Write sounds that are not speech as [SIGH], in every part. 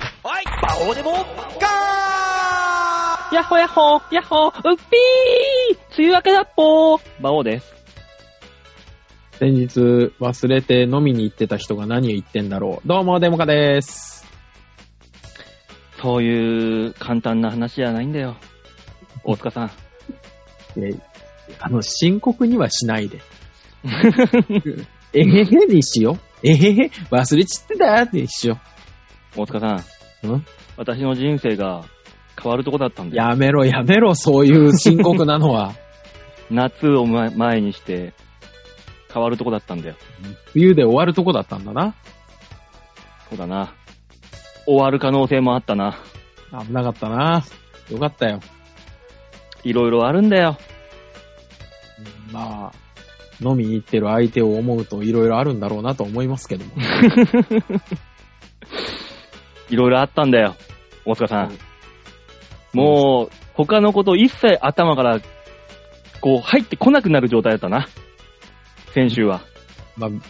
どうでもガーやっほやっほやっほうっぴー梅雨明けだっぽー魔王です。先日忘れて飲みに行ってた人が何を言ってんだろう。どうも、デモカです。そういう簡単な話じゃないんだよ。大塚さん。えあの、深刻にはしないで。えへへにしよう。えへへ、忘れちってたってしよ大塚さん。ん私の人生が変わるとこだったんう。だよ。やめろ、やめろ、そういう深刻なの [LAUGHS] は。夏を前前にして変わるとこだったんだよ。冬で終わるとこだったんだな。そうだな。終わる可能性もあったな。危なかったな。よかったよ。いろいろあるんだよ。うんまあ、飲みに行ってる相手を思うと色々あるんだろうなと思いますけども。 [LAUGHS] いろいろあったんだよ。大塚さうんん。もう、他のこと一切頭から、こう、入ってこなくなる状態だったな。先週は。まあ、う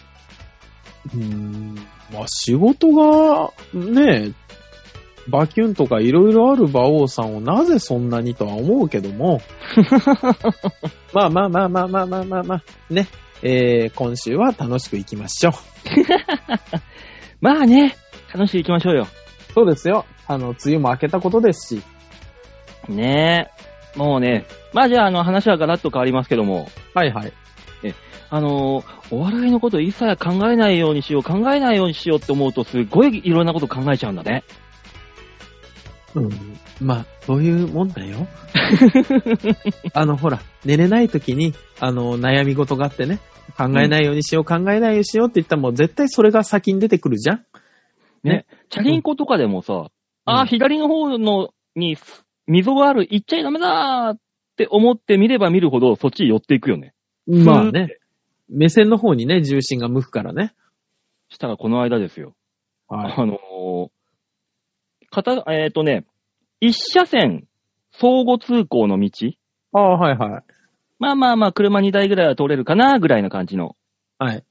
ーん、まあ仕事が、ねえ、バキュンとかいろいろある馬王さんをなぜそんなにとは思うけども、まあまあまあまあまあまあまあまあ、ね、えー、今週は楽しくいきましょう。まあね、楽しく行きましょうよ。そうですよ。あの、梅雨も明けたことですし、ねえ。もうね、まあじゃあ、あの、話はガラッと変わりますけども、はいはい。あのーお笑いのこと一切考えないようにしよう、考えないようにしようって思うと、すごいいろんなこと考えちゃうんだね。うん、まあ、そういうもんだ [LAUGHS] よ。あの、ほら、寝れない時に、あの、悩み事があってね、考えないようにしよう、考えないようにしようって言ったらもう絶対それが先に出てくるじゃんねね。チャリンコとかでもさ、あー左の方のに溝がある、行っちゃいダメだーって思って見れば見るほど、そっちに寄っていくよね。まあね。目線の方にね、重心が向くからね。したらこの間ですよ。はあのー、片、えっ、とね、一車線、相互通行の道。ああ、はいはい。まあまあまあ、車2台ぐらいは通れるかな、ぐらいの感じのはい。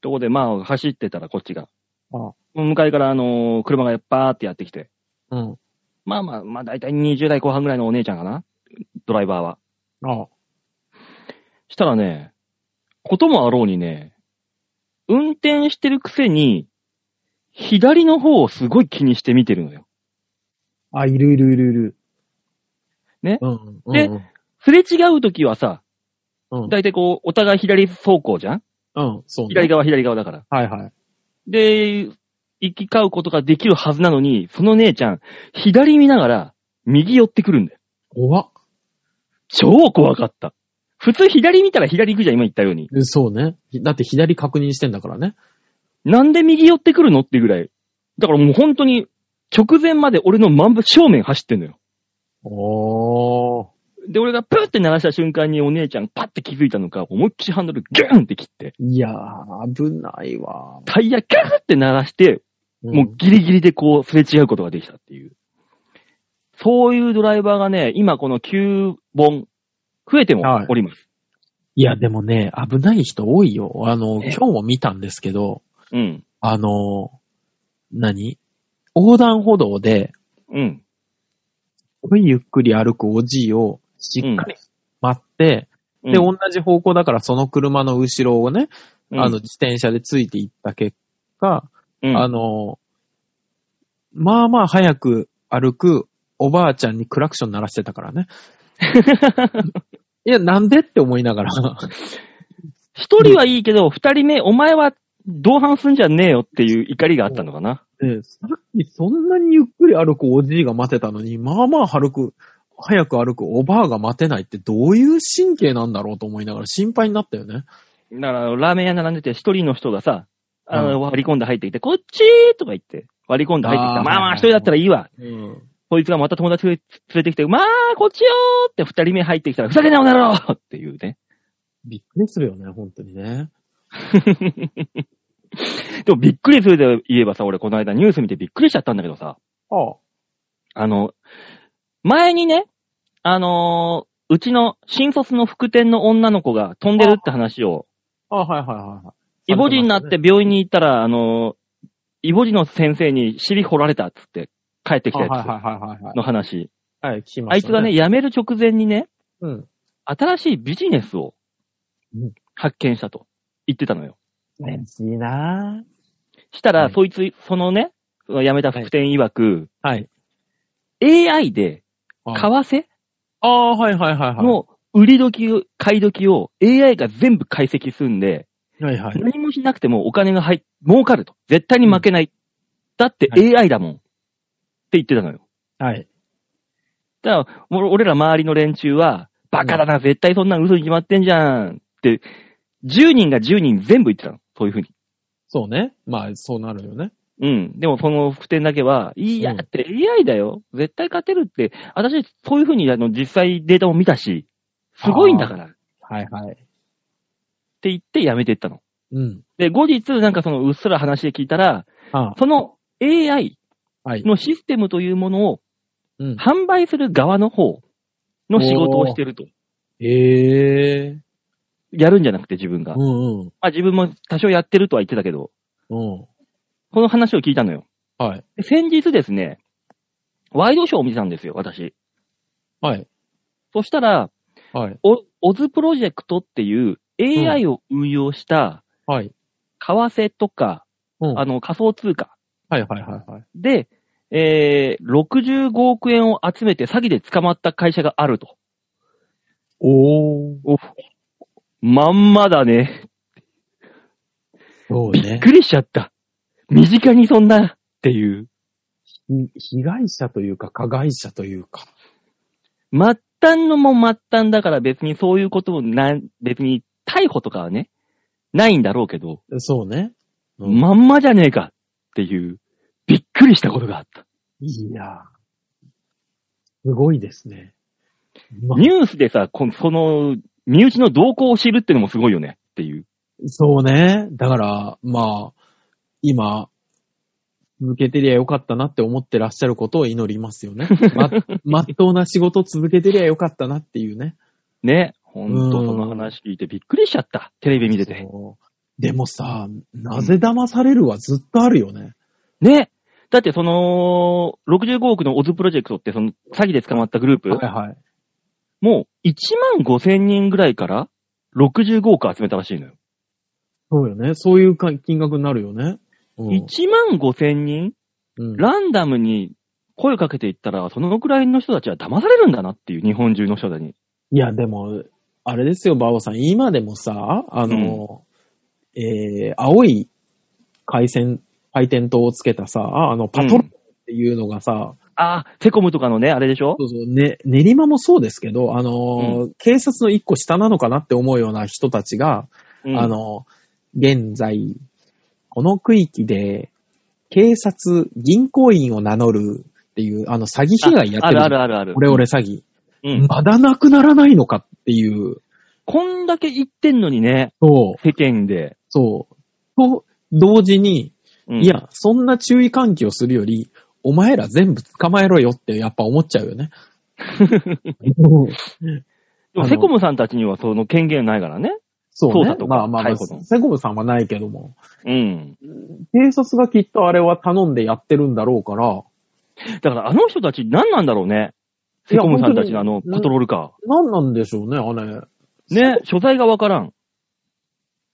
とこで、まあ、走ってたらこっちが。ああ向かいから、あのー車がバーってやってきて。うん。まあまあ、まあ、だいたい20代後半ぐらいのお姉ちゃんかな、ドライバーは。ああ。したらね、こともあろうにね、運転してるくせに、左の方をすごい気にして見てるのよ。あ、いるいるいるいる。ねうん。うん、ですれ違うときはさ、うん。だいたいこう、お互い左走行じゃんうん、そう、左ね。側、左側だから。はいはい。で、行き交うことができるはずなのに、その姉ちゃん、左見ながら、右寄ってくるんだよ。怖っ。超怖かった。普通左見たら左行くじゃん、今言ったように。えそうね。だって左確認してんだからね。なんで右寄ってくるのってぐらい。だからもう本当に、直前まで俺の真ん正面走ってんのよ。おー。で、俺がプーって鳴らした瞬間にお姉ちゃんパッて気づいたのか、思いっきりハンドルギューンって切って、いやー、危ないわ。タイヤギューって鳴らして、うんもうギリギリでこう、すれ違うことができたっていう。そういうドライバーがね、今この9本、増えてもはいおります。いや、でもね、危ない人多いよ。あの、え今日も見たんですけど、うん。あの、何横断歩道で、うん。すごいゆっくり歩くおじいをしっかり待って、うんで、同じ方向だからその車の後ろをね、うんあの、自転車でついていった結果、うんあの、まあまあ早く歩くおばあちゃんにクラクション鳴らしてたからね。いや、なんでって思いながら。 [LAUGHS] 一人はいいけど、二人目、お前は同伴すんじゃねえよっていう怒りがあったのかな。ねえさっきそんなにゆっくり歩くおじいが待てたのに、まあまあ歩く、早く歩くおばあが待てないってどういう神経なんだろうと思いながら心配になったよね。だから、ラーメン屋並んでて一人の人がさ、あの、割り込んで入ってきて、こっちーとか言って、割り込んで入ってきた。あーまあまあ、一人だったらいいわ。うん。こいつがまた友達連れてきて、まあ、こっちよーって二人目入ってきたら、ふざけんなおなろっていうね。 [LAUGHS] びっくりするよね、本当にね。でもびっくりするで言えばさ、俺この間ニュース見てびっくりしちゃったんだけどさ、ああ。あの、前にね、あのーうちの新卒の副店の女の子が飛んでるって話を、ああ、はいはいはいはい。イボジになって病院に行ったら、あのーイボジの先生に尻掘られたっつって、帰ってきあたはやいはいつはいはいはの話。い。はい、聞きあまいした、つがね、、辞める直前にね、うん。新しいビジネスをうん発見したと言ってたのよ。ね、いいなぁ。したら、はいそいつ、そのね、辞めた副店曰く、はい。 AI で、為あ替あー、はいはいはいはい。の売り時を、買い時を AI が全部解析するんで、はいはい。何もしなくてもお金が入っ、儲かると。絶対に負けない。だっては AI だもん。って言ってたのよ。はい。だから、もう俺ら周りの連中は、バカだな、絶対そんなん嘘に決まってんじゃん。って、10人が10人全部言ってたの。そういうふうに。そうね。まあ、そうなるよね。うん。でも、その副点だけは、いや、うんって AI だよ。絶対勝てるって。私、そういうふうに、あの、実際データも見たし、すごいんだから。ってはいはい。言ってやめていったの。うん。で、後日、なんかその、うっすら話で聞いたら、あその AI はい。のシステムというものをうん。販売する側の方の仕事をしてると。ええやるんじゃなくて自分が。うまんうん。あ自分も多少やってるとは言ってたけど、うん。この話を聞いたのよ。はい。で先日ですね、ワイドショーを見てたんですよ、私。はい。そしたら、はい。オオズプロジェクトっていう AI を運用したはい。為替とか、うん。あの仮想通貨はいはいはいはい。で、えー、65億円を集めて詐欺で捕まった会社があると。おー。まんまだね。そうびっね。くりしちゃった。身近にそんなっていう。被害者というか、加害者というか。末端のも末端だから別にそういうこともなん、別に逮捕とかはね、ないんだろうけど、そうね。うんまんまじゃねえかっていう、びっくりしたことがあった。いやーすごいですね。[LAUGHS] まニュースでさ、こその、身内の動向を知るってのもすごいよねっていう。そうね。だから、まあ、今、続けてりゃよかったなって思ってらっしゃることを祈ります [LAUGHS] よね。ま、まっとうな仕事続けてりゃよかったなっていうね。ね。ほんうと、んその話聞いてびっくりしちゃった。テレビ見てて。そうでもさ、なぜ騙されるはずっとあるよね。ね。だってその、65億のオズプロジェクトってその、詐欺で捕まったグループ、はいはい。もう1万5千人ぐらいから65億集めたらしいのよ。そうよね。そういうか金額になるよね。うん1万5千人うんランダムに声かけていったら、そのくらいの人たちは騙されるんだなっていう、日本中の人だに。いや、でも、あれですよ、バオさん。今でもさ、あの、えー、青い回線、回転灯をつけたさ、あの、パトロンっていうのがさ、あー、セコムとかのね、あれでしょそうそうね、練馬もそうですけど、あの、警察の一個下なのかなって思うような人たちが、うんあの、現在、この区域で、警察、銀行員を名乗るっていう、あの、詐欺被害やってる。あるあるあるある。オレオレ詐欺。うん。まだなくならないのかっていう。こんだけ言ってんのにね、そう。世間で。そう。と、同時に、うんい。や、そんな注意喚起をするより、お前ら全部捕まえろよってやっぱ思っちゃうよ [LAUGHS] ね。でもあのセコムさんたちにはその権限ないからね。そう捜ね査。とかまあまあま逮あ、捕とかセコムさんはないけども。うん。警察がきっとあれは頼んでやってるんだろうから、だからあの人たち何なんだろうね。いセやコムさんたちのあの本当にパトロールカ何なんでしょうね、あれ。ー。ね、所在がわからん。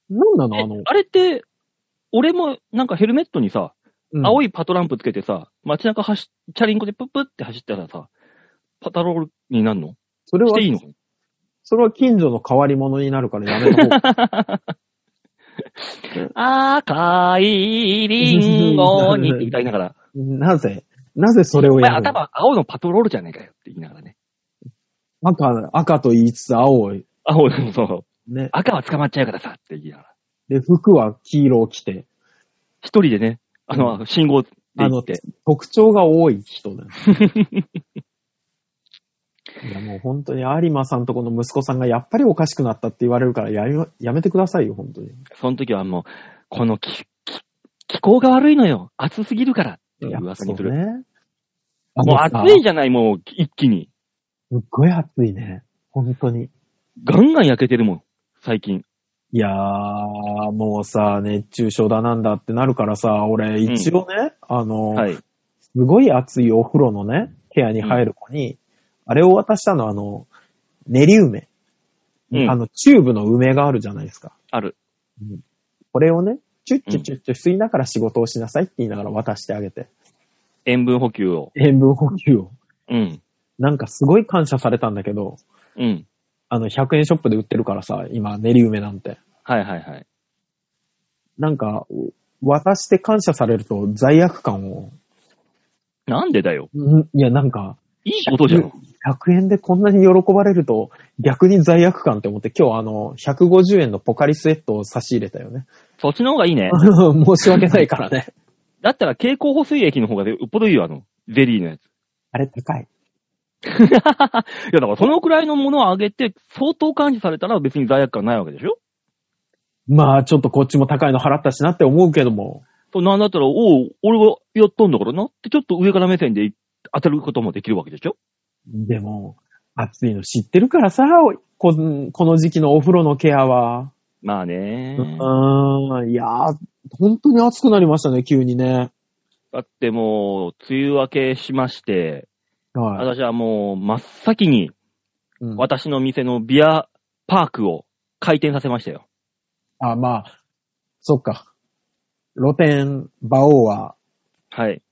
何なえの、あの。あれって、俺もなんかヘルメットにさ、青い。いパトランプつけてさ、街中走っ、チャリンコでプップって走ったらさ、パトロールになるのそれしはていいのそれは近所の変わり者になるからやめた [LAUGHS] 方が。赤いリンゴにって歌いなが [LAUGHS] ら、なぜなぜそれおを前やるの頭青のパトロールじゃねえかよって言いながらね。赤、赤と言いつつ青を、青の、そう。ね。赤は捕まっちゃうからさって言いながら。で、服は黄色を着て。一人でね、あの、信号で行って。特徴が多い [LAUGHS] 人だよ。いやもう本当に有馬さんとこの息子さんがやっぱりおかしくなったって言われるからやめやめてくださいよ、本当に。その時はもう、この気、気、気候が悪いのよ。暑すぎるからっていう噂にする。やっぱそうもね。うあのさ暑いじゃない、もう一気に。すっごい暑いね。本当に。ガンガン焼けてるもん、最近。いやー、もうさ、熱中症だなんだってなるからさ、俺一応ね、あの、はい。すごい熱いお風呂のね、部屋に入る子に、あれを渡したのは、あの、練り梅。うんあの、チューブの梅があるじゃないですか。ある。これをね、チュッチュチュッチュ吸いながら仕事をしなさいって言いながら渡してあげて。塩分補給を。塩分補給を。うん。なんかすごい感謝されたんだけど、うん。あの、100円ショップで売ってるからさ、今、練り梅なんて。はいはいはい。なんか、渡して感謝されると罪悪感を。なんでだよ。んいや、なんか、いいことじゃん。 100円でこんなに喜ばれると、逆に罪悪感って思って、今日あの、150円のポカリスエットを差し入れたよね。そっちの方がいいね。 [LAUGHS] 申し訳ないからね。だったら蛍光補水液の方がよっぽどいいよ、あの、ゼリーの [LAUGHS] やつ。あれ高い。いや、だからそのくらいのものをあげて、相当感謝されたら別に罪悪感ないわけでしょまあ、ちょっとこっちも高いの払ったしなって思うけども。そうなんだったら、おう、俺がやったんだからなって、ちょっと上から目線で当たることもできるわけでしょでも、暑いの知ってるからさ、ここの時期のお風呂のケアは。まあねう。ーん、いやー、本当に暑くなりましたね、急にね。だってもう、梅雨明けしまして、はい。私はもう、真っ先に、うん私の店のビアパークを開店させましたよ。あ、まあ、そっか。露天、馬王は、はい。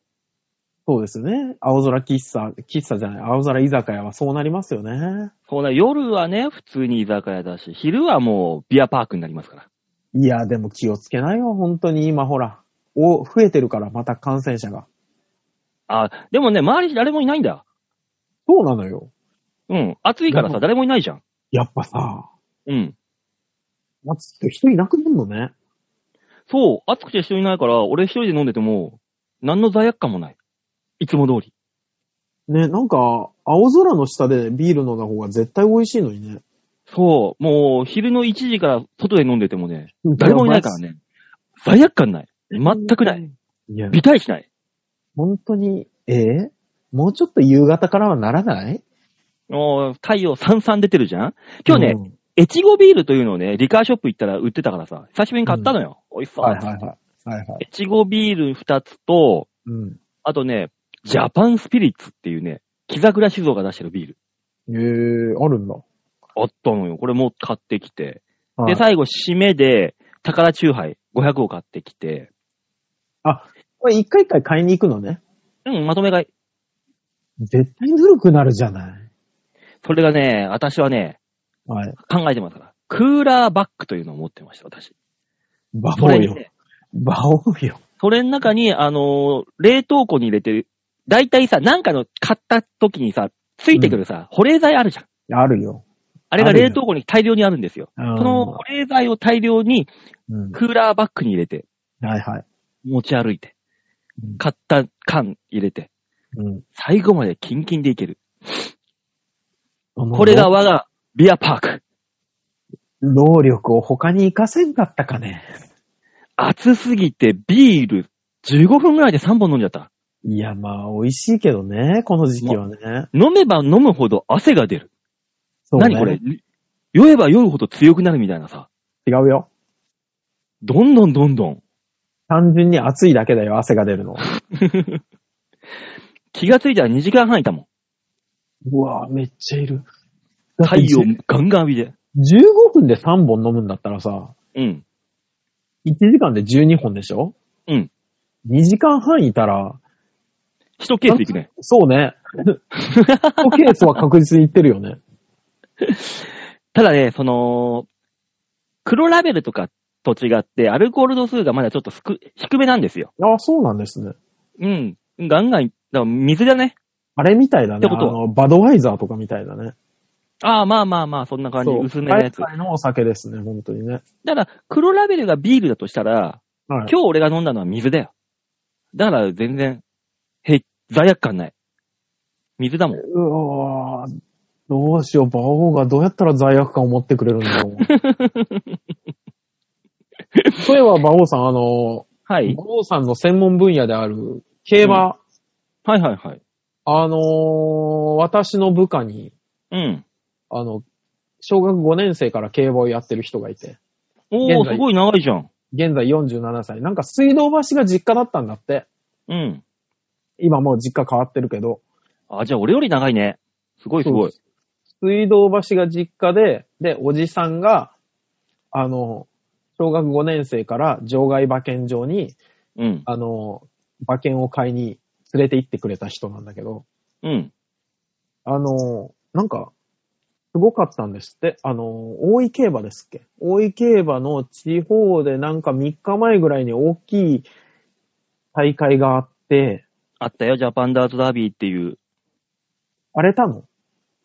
そうですね。青空喫茶、喫茶じゃない、青空居酒屋はそうなりますよね。そうね、夜はね、普通に居酒屋だし、昼はもう、ビアパークになりますから。いや、でも気をつけないよ、本当に今ほら。お、増えてるから、また感染者が。あ、でもね、周り誰もいないんだ。そうなのよ。うん。暑いからなるほさ、誰もいないじゃん。やっぱさ、うん。まずっと人いなくなるのね。そう、暑くて人いないから、俺一人で飲んでても、何の罪悪感もない。いつも通り。ね、なんか、青空の下でビール飲んだ方が絶対美味しいのにね。そう、もう、昼の1時から外で飲んでてもね、誰もいないからね。罪悪感ない。全くない。いや、びたりしない。本当に、えーもうちょっと夕方からはならないもう、太陽さんさん出てるじゃん今日ね、うんエチゴビールというのをね、リカーショップ行ったら売ってたからさ、久しぶりに買ったのよ。美味しそう。はいはいはい。はいはエい。チゴビール2つと、うん。あとね、ジャパンスピリッツっていうね、木桜酒造が出してるビール。えー、あるんだ。あったのよ。これも買ってきて。はいで、最後、締めで、宝チューハイ500を買ってきて、これ一回一回買いに行くのね。うん、まとめ買い。絶対ぬるくなるじゃない。それがね、私はね、はい。考えてますから。クーラーバッグというのを持ってました、私。バそオれによ。ね、バオよ。それの中に、あのー冷凍庫に入れてる、だいたいさ、なんかの買った時にさ、ついてくるさ、保冷剤あるじゃん。あるよ。あれがあるよ冷凍庫に大量にあるんですよ。そその保冷剤を大量にうん。クーラーバッグに入れて、はいはい。持ち歩いてうん、買った缶入れて、うん。最後までキンキンでいける。こ [LAUGHS] これが我がビアパーク。能力を他に活かせんかったかね。暑すぎてビール15分ぐらいで3本飲んじゃった。いや、まあ、美味しいけどね、この時期はね。飲めば飲むほど汗が出る。そうね何これ酔えば酔うほど強くなるみたいなさ。違うよ。どんどんどんどん。単純に暑いだけだよ、汗が出るの。気がついたら2時間半いたもん。うわぁ、めっちゃいる。太陽ガンガン浴びて。 15分で3本飲むんだったらさ、うん。 1時間で12本でしょうん。 2時間半いたら、一ケースいくね。そうね。1ケースは確実にいってるよね。ただね、その、黒ラベルとかと違って、アルコール度数がまだちょっと少低めなんですよ。ああ、そうなんですね。うん。ガンガン、だから水だね。あれみたいだってね。あことはの、バドワイザーとかみたいだね。ああ、まあまあまあ、そんな感じ。そう薄めのやつ。海外のお酒ですね、本当にね。だから、黒ラベルがビールだとしたら、はい。今日俺が飲んだのは水だよ。だから全然、へい、罪悪感ない。水だもん。うわぁ、どうしよう、馬王がどうやったら罪悪感を持ってくれるん [LAUGHS] だろう。そういえば馬王さん、あの、はい。馬王さんの専門分野である競馬、はいはいはい。あのー私の部下に、うん。あの、小学5年生から競馬をやってる人がいて、お現ー、在すごい長いじゃん。現在47歳。なんか水道橋が実家だったんだって。うん。今もう実家変わってるけど、あ、じゃあ俺より長いね。すごいすごい。水道橋が実家で、で、おじさんが、あの、小学5年生から場外馬券場に、うん。あの、馬券を買いに連れて行ってくれた人なんだけど、うん。あの、なんか、すごかったんですって。あの、大井競馬ですっけ大井競馬の地方でなんか3日前ぐらいに大きい大会があって、あったよ、ジャパンダーツダービーっていう。荒れたの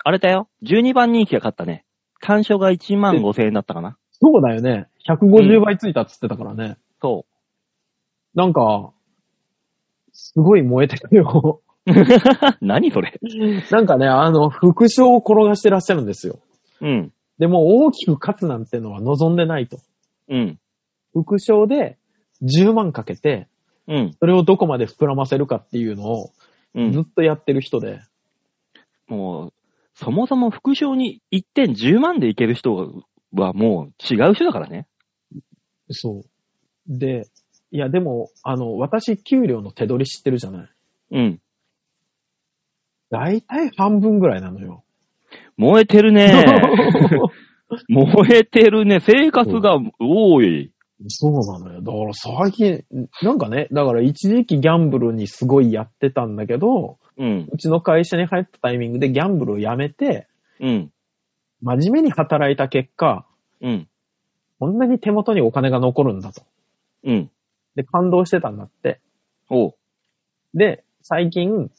あれだよ。12番人気が勝ったね。単勝が1万5千円だったかな。そうだよね。150倍ついたっつってたからね。そなんか、すごい燃えて [LAUGHS] るよ。う。何それ。なんかね、あの、副賞を転がしてらっしゃるんですよ。うん。でも大きく勝つなんてのは望んでないと。うん。副賞で10万かけて、うん。それをどこまで膨らませるかっていうのをうずっん。とやってる人で、もう、そもそも副賞に1点10万でいける人はもう違う人だからね。そう。で、いやでも、あの、私給料の手取り知ってるじゃない。うん。だいたい半分ぐらいなのよ。燃えてる [LAUGHS] [LAUGHS] ね。燃えてるね。生活が多い。そうなのよ。だから最近、なんかね、だから一時期ギャンブルにすごいやってたんだけど、うん。うちの会社に入ったタイミングでギャンブルをやめて、うん。真面目に働いた結果、うん。こんなに手元にお金が残るんだと。うん。で、感動してたんだって。おう。で、最近、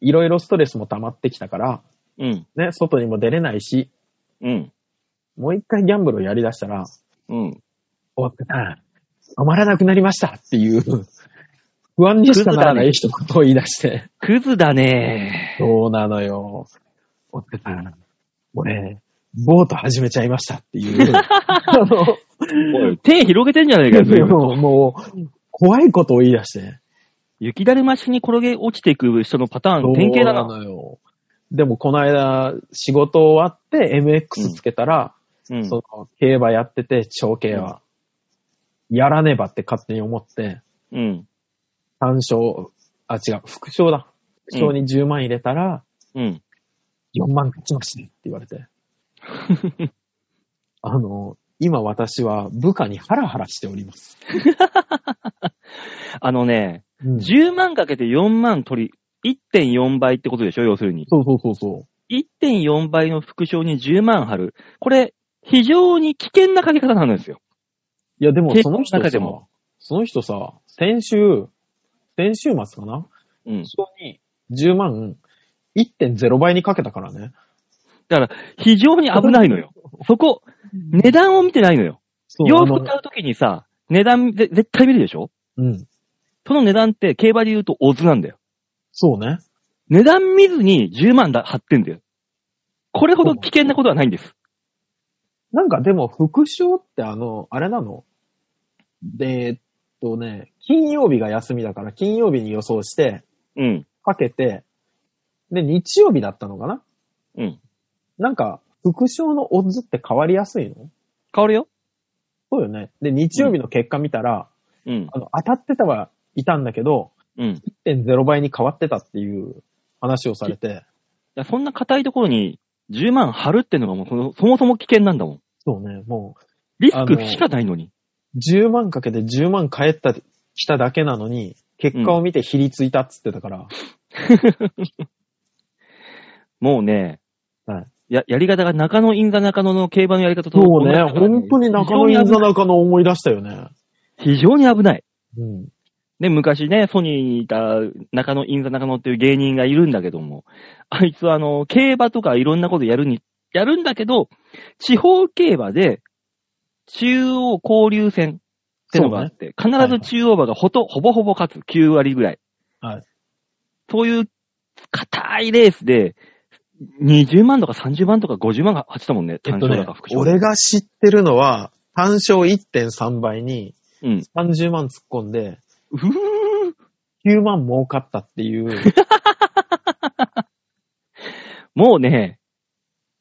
いろいろストレスも溜まってきたから、うん。ね、外にも出れないし、うん。もう一回ギャンブルをやり出したら、うん。終わってた。止まらなくなりましたっていう、不安にしかならない一言を言い出して。クズだね。そうなのよ。おってさん、俺、ボート始めちゃいましたっていう。あのおい手広げてんじゃねえかよ、 [LAUGHS] 随分もう、もう、怖いことを言い出して。雪だるま式に転げ落ちていく人のパターン、典型だそうな。なのよ。でも、この間、仕事終わって MX つけたら、うん。その、競馬やってて、長競は、やらねばって勝手に思って、うん。単勝、あ、違う、副賞だ。副賞に10万入れたら、うん。 4万勝ちましたって言われて。 [LAUGHS] あの、今私は部下にハラハラしております。あのね、うんそう10万かけて4万取り、1.4倍ってことでしょ要するに。そうそうそ1.4倍の副賞に10万貼る。これ、非常に危険なかけ方なんですよ。う。いや、でも結そ構の人中でさも、その人さ、先週、先週末かなうん。人に10万、1.0倍にかけたからね。非常に危ないのよ。そこ、値段を見てないのよ。そう洋あ服の買うときにさ、値段ぜ絶対見るでしょうん。その値段って競馬で言うとオズなんだよ。そうね。値段見ずに10万だ貼ってんだよ。これほど危険なことはないんです。なんかでも、副賞ってあの、あれなので、えーっとね、金曜日が休みだから、金曜日に予想して、うん。かけて、で、日曜日だったのかなうん。なんか、副賞のオッズって変わりやすいの変わるよ。そうよね。で、日曜日の結果見たら、うん。あの、当たってたはいたんだけど、うん。い1.0倍に変わってたっていう話をされて、や、そんな硬いところに10万貼るってのがもうそのそもそも危険なんだもん。そうね、もリスクしかないのに。う、10万かけて10万返った、来ただけなのに、結果を見てひりついたっつってたから、もうね、はいや、やり方が中野インザ中野の競馬のやり方とそう同ね、じだから本当に中野インザ中野を思い出したよね。非常に危ない。うん。ね、昔ね、ソニーにいた中野インザ中野っていう芸人がいるんだけども、あいつはあの、競馬とかいろんなことやるに、やるんだけど、地方競馬で、中央交流戦ってのがあって、必はいはいず中央馬がほと、ほぼほぼ勝つ、9割ぐらい。はい。そういう、硬いレースで、20万とか30万とか50万が勝ちたもんね、単勝だか副賞。俺が知ってるのは、単勝1.3倍にうん。 30万突っ込んで、うー9万儲かったっていう、 [LAUGHS] もうね、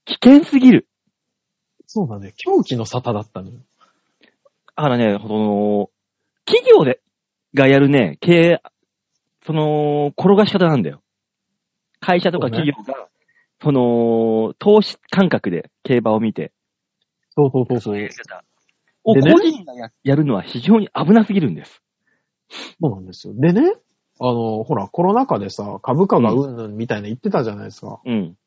危険すぎる。そうだね、狂気の沙汰だったのよ。だからね、その、企業で、がやるね、経営、その、転がし方なんだよ。会社とかそう企ね業が、その、投資感覚で競馬を見て、そうそうそうそう。をでね個人がややるのは非常に危なすぎるんです。そうなんですよ。でね、あの、ほら、コロナ禍でさ、株価がうんぬんみたいな言ってたじゃないですか。うん。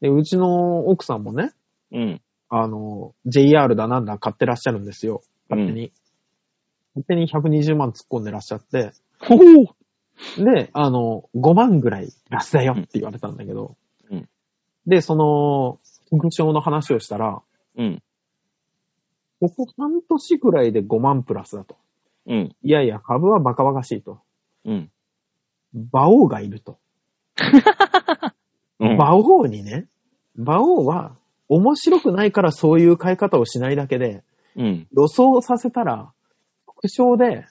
で、うちの奥さんもね、うん。あの、JR だなんだ買ってらっしゃるんですよ。勝手に。勝手に120万突っ込んでらっしゃって。ほうで、あの、5万ぐらいラスだよって言われたんだけど。うんで、その、副長の話をしたら、うん。ここ半年くらいで5万プラスだと。うん。いやいや、株はバカバカしいと。うん。馬王がいると。うん。馬王にね、馬王は面白くないからそういう買い方をしないだけで、うん。予想させたら、副賞で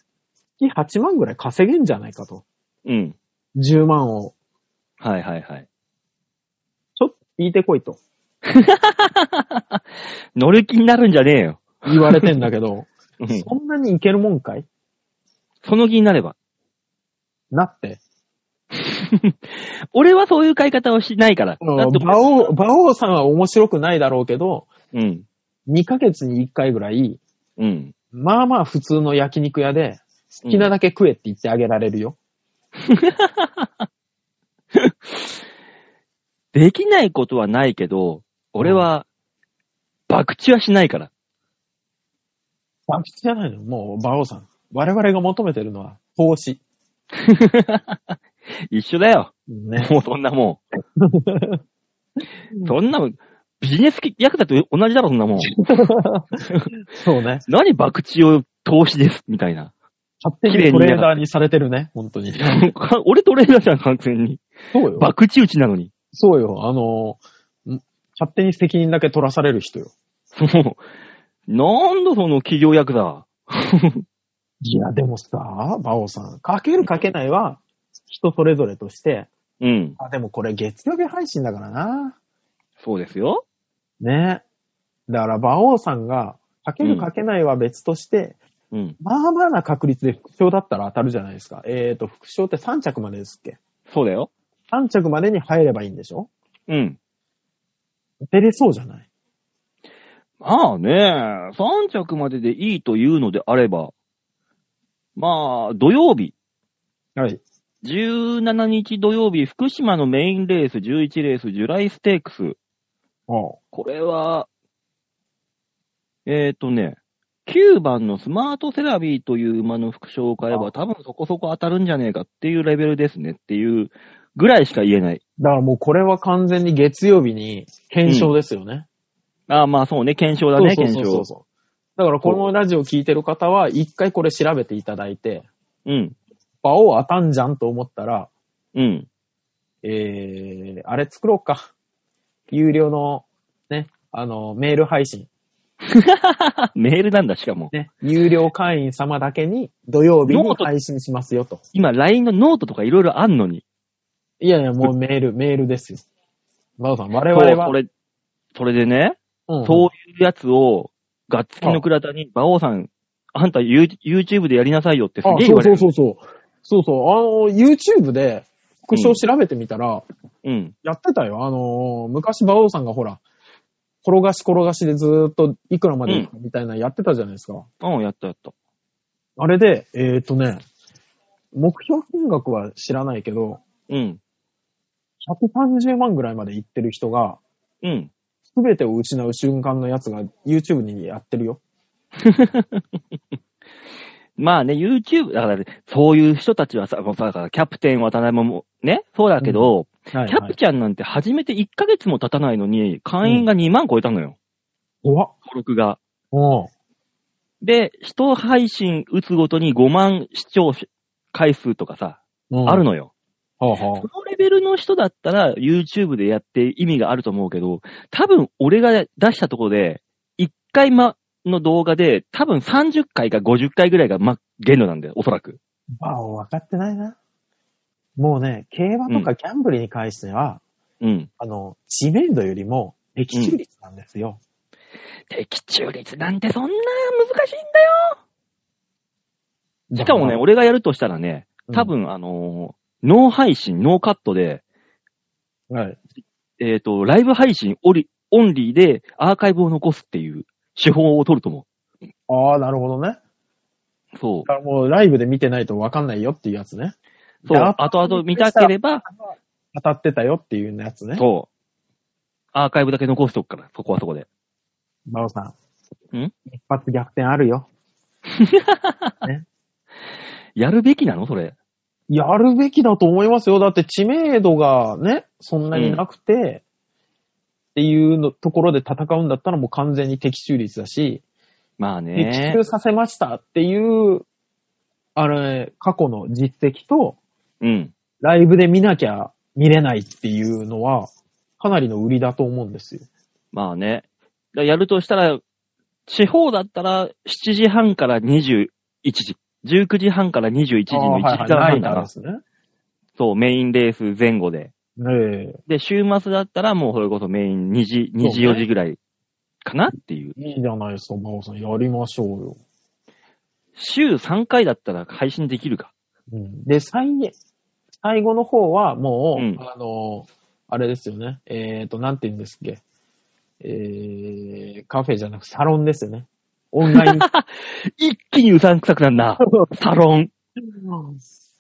月8万ぐらい稼げんじゃないかと。うん。 10万を、はいはいはい。 [LAUGHS] ちょっと聞いてこいと乗る気になるんじゃねえよ。言われてんだけど、 [LAUGHS] うんそんなにいけるもんかいその気になれば。 [LAUGHS] なって。俺はそういう買い方をしないから。だって馬王、馬王さんは面白くないだろうけど、うん。 2ヶ月に1回ぐらい、うん。まあまあ普通の焼肉屋で、好きなだけ食えって言ってあげられるよ。できないことはないけど、俺は、爆打はしないから。 [LAUGHS] バキじゃないのもう、馬王さん。我々が求めてるのは、投資。一緒だよ。 [LAUGHS] ね。もうそんなもん。そんなもん、ビジネス役だと同じだろ、そんなもん。そうね。何爆打を投資です、みたいな。 [LAUGHS] 勝手にトレーダーにされてるね、本当に。俺トレーダーじゃん、完全に。そうよ。爆打打ちなのに。そうよ。あのー、ん勝手に責任だけ取らされる人よ。そう。なんだその企業役だ。いや、でもさ、馬王さん、かけるかけないは、人それぞれとして、うん。あ、でもこれ月曜日配信だからな。そうですよ。ね。だから馬王さんが、かけうるんかけないは別として、うん。まあまあな確率で副賞だったら当たるじゃないですか。えーと、副賞って3着までですっけそうだよ。 ?3 着までに入ればいいんでしょうん。出れそうじゃないまあね、3着まででいいというのであれば、まあ、土曜日、はい。 17日土曜日、福島のメインレース、11レース、ジュライステークス。おうこれは、えっ、ー、とね、9番のスマートセラビーという馬の副賞を買えば、多分そこそこ当たるんじゃねえかっていうレベルですねっていうぐらいしか言えない。だからもうこれは完全に月曜日に検証ですよね。ああ、まあそうね、検証だね、そうそ検うそうそ証う。そう。だからこのラジオ聞いてる方は、一回これ調べていただいて、うん、場を当たんじゃんと思ったら、うん。 [LAUGHS] えー、あれ作ろうか。有料の、ね、あの、メール配信。あメールなんだ、しかも。ね、有料会員様だけに土曜日ノにート配信しますよと。今、LINE のノートとかいろいろあんのに。いやいや、もうメール、メールですよ。バオさん、我そう々は。それ、それでね、うんそういうやつを、がっつきの倉田に、馬王さん、あんた You- YouTube でやりなさいよってすあげえ言そわうれそる。うそうそう。そうそう、あの、YouTube で、副賞調べてみたら、うん。やってたよ。あのー昔、馬王さんがほら、転がし転がしでずーっといくらまで行くみたいなのやってたじゃないですか。うん、やったやった。あれで、えっ、とね、目標金額は知らないけど、うん。 130万ぐらいまで行ってる人が、うん。すべてを失う瞬間のやつが YouTube にやってるよ。まあね、YouTube、だから、そういう人たちはさ、もうさだからキャプテン渡辺もね、そうだけど、はい、キャプちゃんなんて初めて1ヶ月も経たないのに、会員が2万超えたのよ、怖っ。登録が。うん。で、人配信打つごとに5万視聴回数とかさ、うんあるのよ。はあはこのレベルの人だったら YouTube でやって意味があると思うけど、多分俺が出したとこで、1回ま、の動画で、多分30回か50回ぐらいが、ま、限度なんだよ、おそらく。馬王分かってないな。もうね、競馬とかギャンブルに関しては、うん。あの、知名度よりも的中率なんですよ。的中率なんてそんな難しいんだよ。しかもね、俺がやるとしたらね、多分あのーノー配信、ノーカットで、はい。えっ、と、ライブ配信オリオンリーでアーカイブを残すっていう手法を取ると思ああ、なるほどね。う。そだからもうライブで見てないとわかんないよっていうやつね。う。そう。であ後々見たければ、当たってたよっていうやつね。そう。アーカイブだけ残しとくから、そこはそこで。馬尾さん。ん一発逆転あるよ。やるべきなのそれ。やるべきだと思いますよ。だって知名度がね、そんなになくて、っていうのところで戦うんだったらもう完全に的中率だし、まあね的。中させましたっていう、あれ、過去の実績と、うん。ライブで見なきゃ見れないっていうのは、かなりの売りだと思うんですよ。まあね。だからやるとしたら、地方だったら、7時半から21時。19時半から21時の1時間ラ半イだダからーで、すね。そう、メインレース前後で。ねえで、週末だったらもうそれこそメイン2時、2時そ4うね時ぐらいかなっていう。いいじゃないですか、馬尾さん。やりましょうよ。週3回だったら配信できるか。うんで、最、最後の方はもう、うんあの、あれですよね。えっ、と、なんて言うんですっけ。えー、カフェじゃなくサロンですよね。オン [LAUGHS] ライン、一気にうさんくさくなんな。サロン。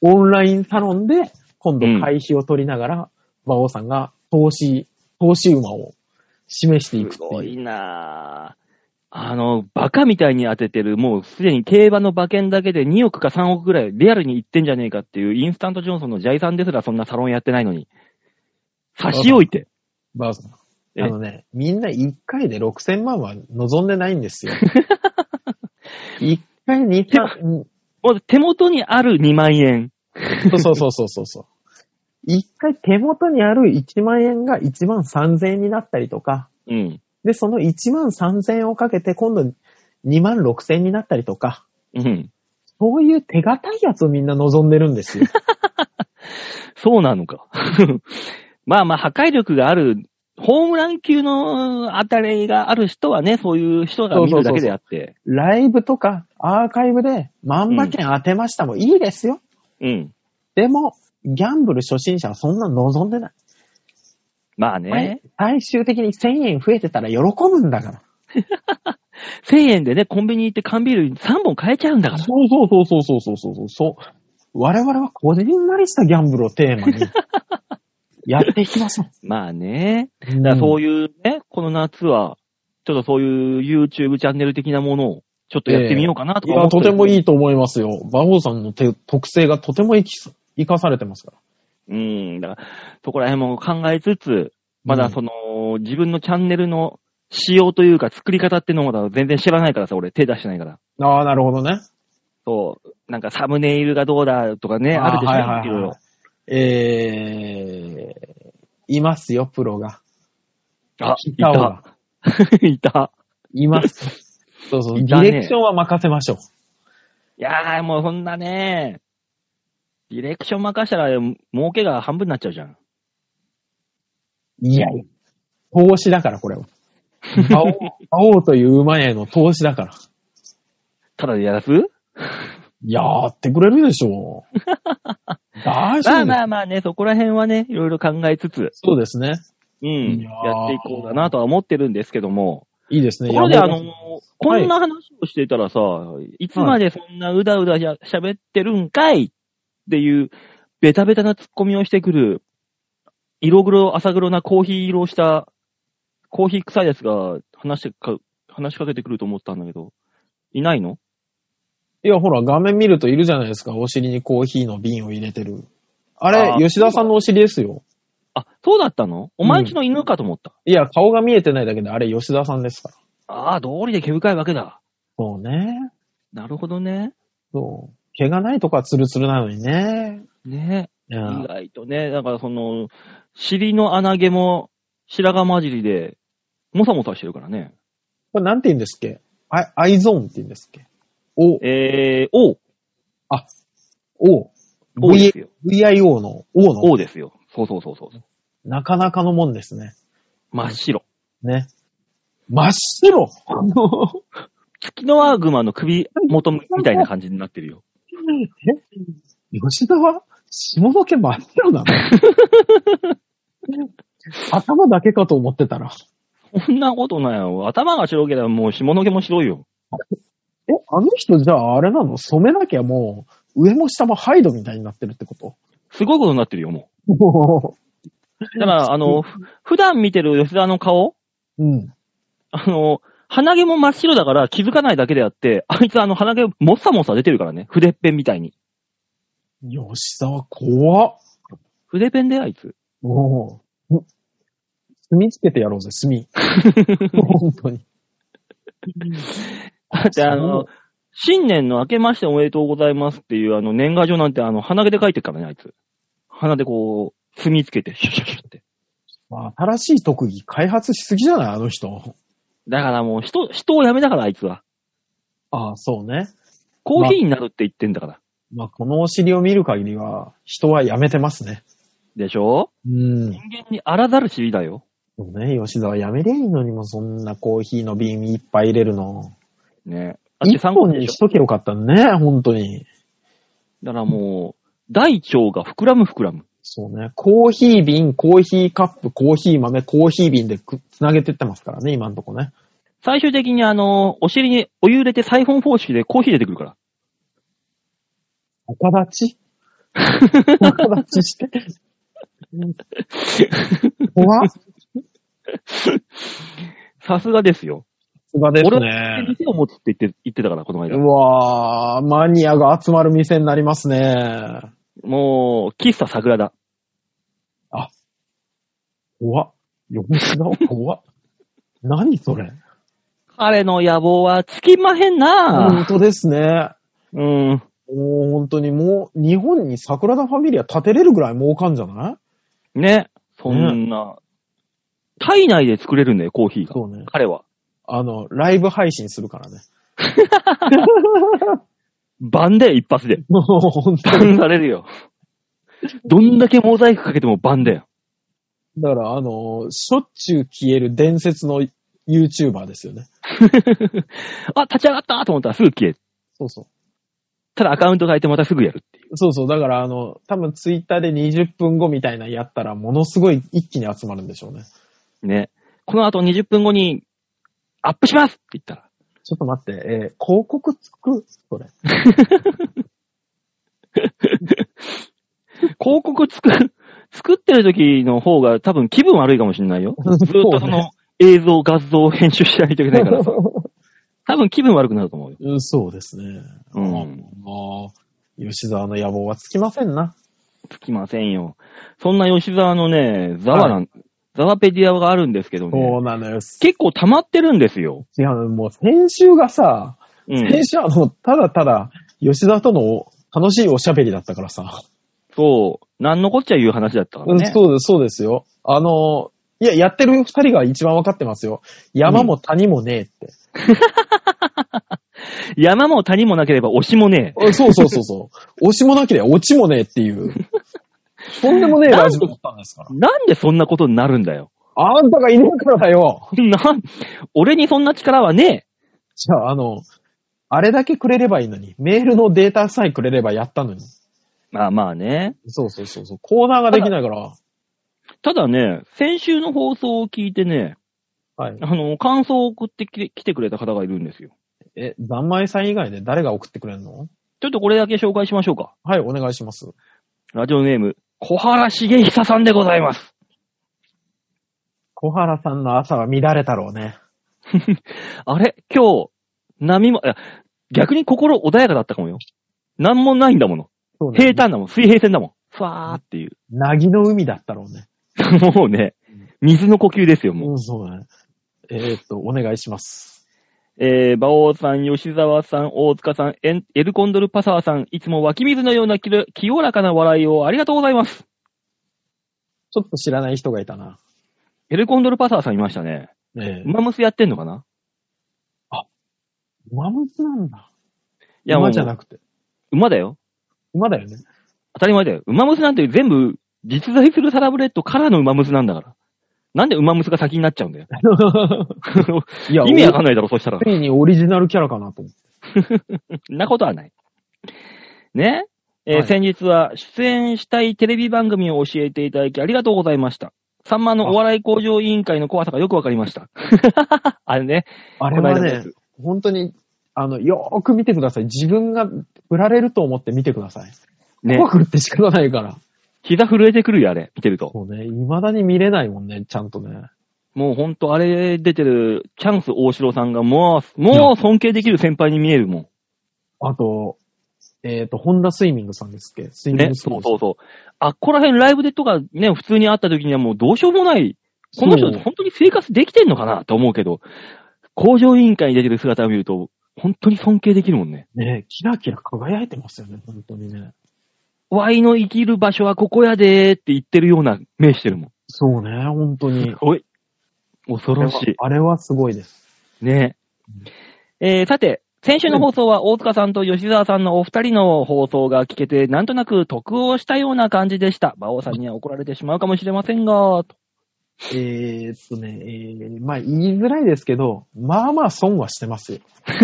オンラインサロンで、今度会費を取りながら、馬王さんが投資、投資馬を示していくすってごいう。いなぁ。あの、バカみたいに当ててる、もうすでに競馬の馬券だけで2億か3億ぐらいリアルにいってんじゃねえかっていうインスタントジョンソンのジャイさんですらそんなサロンやってないのに。差し置いて。馬王さん。えあのね、みんな1回で6000万は望んでないんで [LAUGHS] すよ。1回2、3、もう手元にある2万円。そうそうそうそうそう。一回手元にある1万円が1万3000円になったりとか、うん。で、その1万3000円をかけて今度2万6000円になったりとか、うん。そういう手堅いやつをみんな望んでるんですよ。そうなのか。 [LAUGHS] まあまあ、破壊力がある、ホームラン級の当たりがある人はね、そういう人が見るだけであって。ライブとかアーカイブで万馬券当てましたもいいですよ。うん。でも、ギャンブル初心者はそんな望んでない。まあね。最終的に1000円増えてたら喜ぶんだから。 1000円でね、コンビニ行って缶ビール3本買えちゃうんだから。そうそうそうそうそうそうそうそうそう。我々はこじんまりしたギャンブルをテーマ [LAUGHS] にやっていきましょまあね。う。だからそういいうね、この夏は、ちょっとそういう YouTube チャンネル的なものを、ちょっとやってみようかなとかい思っや、てとるてもいいと思いますよ。馬王さんの手特性がとても生き生かされてますから。うん。だから、そこら辺も考えつつ、まだその、自分のチャンネルの仕様というか作り方っていうのもまだ全然知らないからさ、俺手出してないから。ああ、なるほどね。そう。なんかサムネイルがどうだとかね、ああーるでしょ、はいいはいはいろいろ。えー、いますよ、プロが。あ、いいたわた。いた。 [LAUGHS] います。そうそう、いデたィねレクションは任せましょう。いやー、もうそんなね、ディレクション任したら、儲けが半分になっちゃうじゃん。いやいや。投資だから、これ [LAUGHS] は。馬王、馬王という馬への投資だから。ただでやらすやってくれるでしょう。 [LAUGHS] 大丈まあ夫です。まあまあね、そこら辺はね、いろいろ考えつつ、そうですね。うん、いやーやっていこうかなとは思ってるんですけども、いいですね。ところであ山の本さん、こんな話をしていたらさ、い、つまでそんなうだうだしゃ喋ってるんかいっていう、ベタベタなツッコミをしてくる、色黒、浅黒なコーヒー色をした、コーヒー臭いやつが話してか、話しかけてくると思ったんだけど、いないのいや、ほら、画面見るといるじゃないですか。お尻にコーヒーの瓶を入れてる。あれあ、ー吉田さんのお尻ですよ。あ、そうだったのお前んちの犬かと思った。いや、顔が見えてないだけで、あれ、吉田さんですから。ああ、道理で毛深いわけだ。そうね。なるほどね。そう。毛がないとこはツルツルなのにね。ねいやえ。意外とね、だからその、尻の穴毛も白髪混じりで、もさもさしてるからね。これ、なんて言うんですっけアイアイゾーンって言うんですっけお、えー、O。お、 O で V- すよ。 VIO の O の、 O ですよ。そうそうそうそう。なかなかのもんですね。真っ白。ね。真っ白月のワーグマの首元みたいな感じになってるよ。え吉田は下の毛真っ白なの頭だけかと思ってたら。そんなことないよ。頭が白ければもう下の毛も白いよ。え、あの人じゃああれなの染めなきゃもう、上も下もハイドみたいになってるってことすごいことになってるよ、ももう。だから、あの、ふ普段見てる吉田の顔、う、うん。あの、鼻毛も真っ白だから気づかないだけであって、あいつあの鼻毛もっさもっさ出てるからね。筆ペンみたいに。吉沢怖っ。筆ペンであいつ。もう、ん墨つけてやろうぜ、 [LAUGHS] 墨。本当に。だ [LAUGHS] ってあの、新年の明けましておめでとうございますっていうあの年賀状なんてあの鼻毛で書いてるからね、あいつ。鼻でこう、墨つけて、シュシュシュって。まあ新しい特技開発しすぎじゃないあの人。だからもう人、人を辞めたからあいつは。ああ、そうね。コーヒーになるって言ってんだから。まあ、このお尻を見る限りは、人はやめてますね。でしょうん。人間にあらざる尻だよ。そうね、吉沢やめりゃいいのにも、そんなコーヒーの瓶いっぱい入れるの。ね。だって一参考本でにしょしとけよかったね、本当に。だからもう、大腸が膨らむ膨らむ。そうね、コーヒー瓶、コーヒーカップ、コーヒー豆、コーヒー瓶でくつなげてってますからね、今んとこね。最終的にあの、お尻にお湯入れてサイフォン方式でコーヒー出てくるから。[LAUGHS] 逆立ち逆立ちして。怖っ。ささすがですよ。すがです俺はね。店を持つって言って、言ってたから、この間う。わぁ、マニアが集まる店になりますね。もう、喫茶桜だ。怖っ。吉沢怖っ。何それ。彼の野望は尽きまへん本な当ですね。うん。もう本当にもう、日本に桜田ファミリア建てれるぐらい儲かんじゃないね。そんな。体内で作れるんだよ、コーヒーが。そうね。彼は。あの、ライブ配信するか [LAUGHS] らね。晩で一発で。もう本当に。晩される [LAUGHS] よ。どんだけモザイクかけても晩だよ。 [LAUGHS] だから、あの、しょっちゅう消える伝説の YouTuber ですよね。あ、立ち上がったと思ったらすぐ消える。そうそう。ただアカウント変えてまたすぐやるっていう。そうそう。だから、あの、多分ツイッターで20分後みたいなのやったら、ものすごい一気に集まるんでしょうね。ね。この後20分後に、アップしますって言ったら。ちょっと待って、えー広告つくこれ。広告作る、作ってる時の方が多分気分悪いかもしれない [LAUGHS] よ。ずっとその映像、画像を編集しないといけ [LAUGHS] ないからさ。多分気分悪くなると思うよ。うんそうですね。うん。ああ、吉沢の野望はつきませんな。つきませんよ。そんな吉沢のね、ザワなん、ザワペディアがあるんですけどそね。うなのよ。違結構溜まってるんですよ。うの、もう先週がさ、うん先。週はあの、ただただ、吉沢との楽しいおしゃべりだったからさ。そう。なんのこっちゃ言う話だったからうんね。そうです、そうですよ。あの、いや、やってる二人が一番わかってますよ。山も谷もねえって。山も谷もなければ推しもねあそうそうそうそう。 [LAUGHS] 押しもなければ落ちもねえっていう。 [LAUGHS] とんでもねえラジオだったんですから。え。なんでそんなことになるんだよ。 [LAUGHS] あんたがいねえからだよ。なん、俺にそんな力はねじゃあ、あの、あれだけくれればいいのに、メールのデータさえくれればやったのに。え。まあまあね。そうそうそうそう。コーナーができないから。ただね、先週の放送を聞いてね、はい。あの、感想を送ってきて来てくれた方がいるんですよ。え、残前さん以外で誰が送ってくれるのちょっとこれだけ紹介しましょうか。はい、お願いします。ラジオネーム、小原茂久さんでございます。小原さんの朝は乱れたろうね。あれ今日、波も、いや逆に心穏やかだったかもよ。なんもないんだもの。そう平坦だもん。水平線だもん。ふわーっていう。なぎの海だったろうね。もうね、水の呼吸ですよ、もう。うん、そうだね。えーっと、お願いします。えー、馬王さん、吉沢さん、大塚さん、エンエルコンドルパサーさん、いつも湧き水のようなきれ清らかな笑いをありがとうございます。ちょっと知らない人がいたな。エルコンドルパサーさんいましたね。ええウマ娘やってんのかな馬ムズなんだ。いや、もう馬じゃなくて。馬だよ。馬だよね。当たり前だよ。馬娘なんて全部実在するサラブレッドからの馬娘なんだから。なんで馬娘が先になっちゃうんだよ。いや意味わか [LAUGHS] んないだろ、そしたら。ついにオリジナルキャラかなと思って。そんなことはない。ねえーはい先日は出演したいテレビ番組を教えていただきありがとうございました。さんまのお笑い向上委員会の怖さがよくわかりました。 [LAUGHS] あれね。あこれの間はのやねつ、本当に、あの、よーく見てください。自分が振られると思って見てください。ね。怖くって仕方ないから。膝震えてくるよ、あれ。見てると。そうね、未だに見れないもんね、ちゃんとね。もうほんと、あれ出てる、チャンス大城さんがもう、もう尊敬できる先輩に見えるもん。あと、えっ、と、ホンダスイミングさんですっけスイミンね。グスそポーうツ。そうそう。あっこら辺ライブでとかね、普通に会った時にはもうどうしようもない。この人そう本当に生活できてんのかなと思うけど、工場委員会に出てる姿を見ると、本当に尊敬できるもんね。ね、キラキラ輝いてますよね、本当にね。ワイの生きる場所はここやでーって言ってるような目してるもん。そうね、本当に。おい。恐ろしい。あれはすごいです。ねえ。えーさて、先週の放送は大塚さんと吉沢さんのお二人の放送が聞けて、なんとなく得をしたような感じでした。馬王さんには怒られてしまうかもしれませんが、とえーっとね、えーまあ言いづらいですけど、まあまあ損はしてますよ。 [LAUGHS]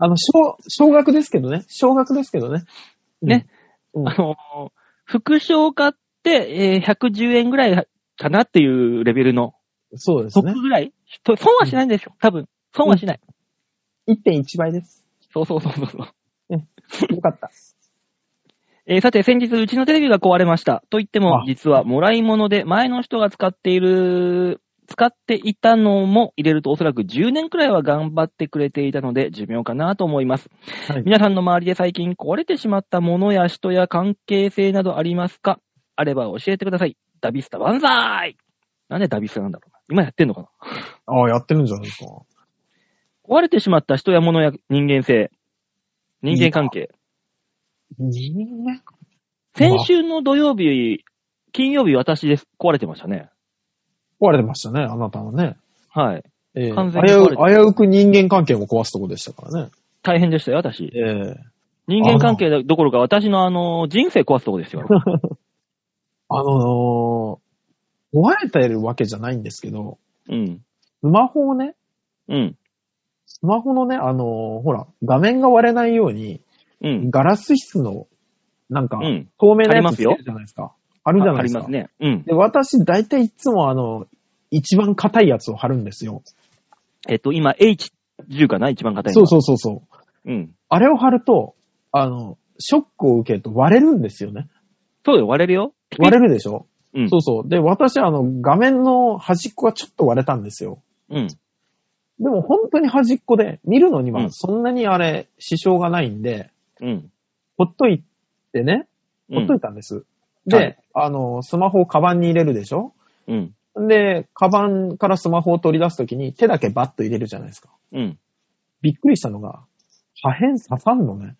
あの、小、小学ですけどね。小学ですけどね。ねうん。うんあのー副賞買って、えー110円ぐらいかなっていうレベルの、そうです得ね。ぐらい、と損はしないんでしょ、多分。損はしない。 1.1倍です。そうそうそうそう。よかった。えーさて、先日、うちのテレビが壊れました。と言ってもあ、実は、もらい物で、前の人が使っている、使っていたのも入れると、おそらく10年くらいは頑張ってくれていたので、寿命かなと思います。はい皆さんの周りで最近壊れてしまったものや人や関係性などありますかあれば教えてください。ダビスタ万歳なんでダビスタなんだろうな。今やってんのかなああ、やってるんじゃないですか。壊れてしまった人や物や人間性、人間関係。人間先週の土曜日、金曜日私です。壊れてましたね。壊れてましたね、あなたはね。はい。ええ完全に危壊れうて危うく人間関係も壊すとこでしたからね。大変でしたよ、私。ええ人間関係どころか、私のあの、人生壊すとこです [LAUGHS] よ。あのー壊れてるわけじゃないんですけど、うん。スマホをね、うん。スマホのね、あのーほら、画面が割れないように、うん。ガラス質の、なんかう、ん。透明なありやまつすよつけるじゃないですか。あるじゃなあいでりすか。ますね。うん。で、私、大体いつもあの、一番硬いやつを貼るんですよ。えっと、今、H10 かな一番硬いのそうは。そうそうそう。う。うん。あれを貼ると、あの、ショックを受けると割れるんですよね。そうよ、割れるよ。割れるでしょうんそ。うそう。で、私、あの、画面の端っこがちょっと割れたんですよ。うん。でも本当に端っこで、見るのにうはんそんなにあれ、支障がないんで、うん。ほっといてね、うほっといん。たんです。はでい、あの、スマホをカバンに入れるでしょうん。で、カバンからスマホを取り出すときに手だけバッと入れるじゃないですか。うん。びっくりしたのが、破片刺さんのね。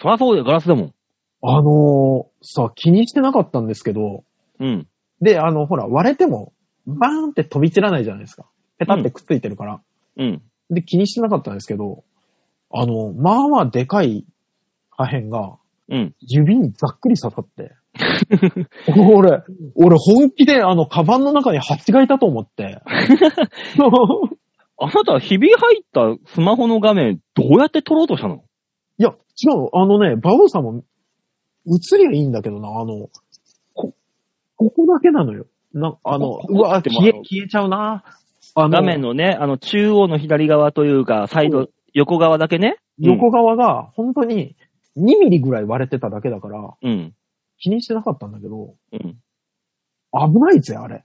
そらそうよ、ガラスだもん。あのーさ、気にしてなかったんですけど、うん。で、あの、ほら、割れても、バーンって飛び散らないじゃないですか。ペタってくっついてるから。うん。で、気にしてなかったんですけど、あの、まあまあでかい破片が、うん。指にざっくり刺 [LAUGHS] さって。俺、俺本気であの、カバンの中に蜂がいたと思って。あなた、ひび入ったスマホの画面、どうやって撮ろうとしたのいや、違う、あのね、馬王さんも、映りゃいいんだけどな、あの、こ、ここだけなのよ。な、あの、ここうわ、っても消えあの、消えちゃうな。あの、画面のね、あの、中央の左側というか、サイうド、横側だけね。横側が、本当に、2ミリぐらい割れてただけだから、うん。気にしてなかったんだけど、うん。危ないぜ、[LAUGHS] あれ。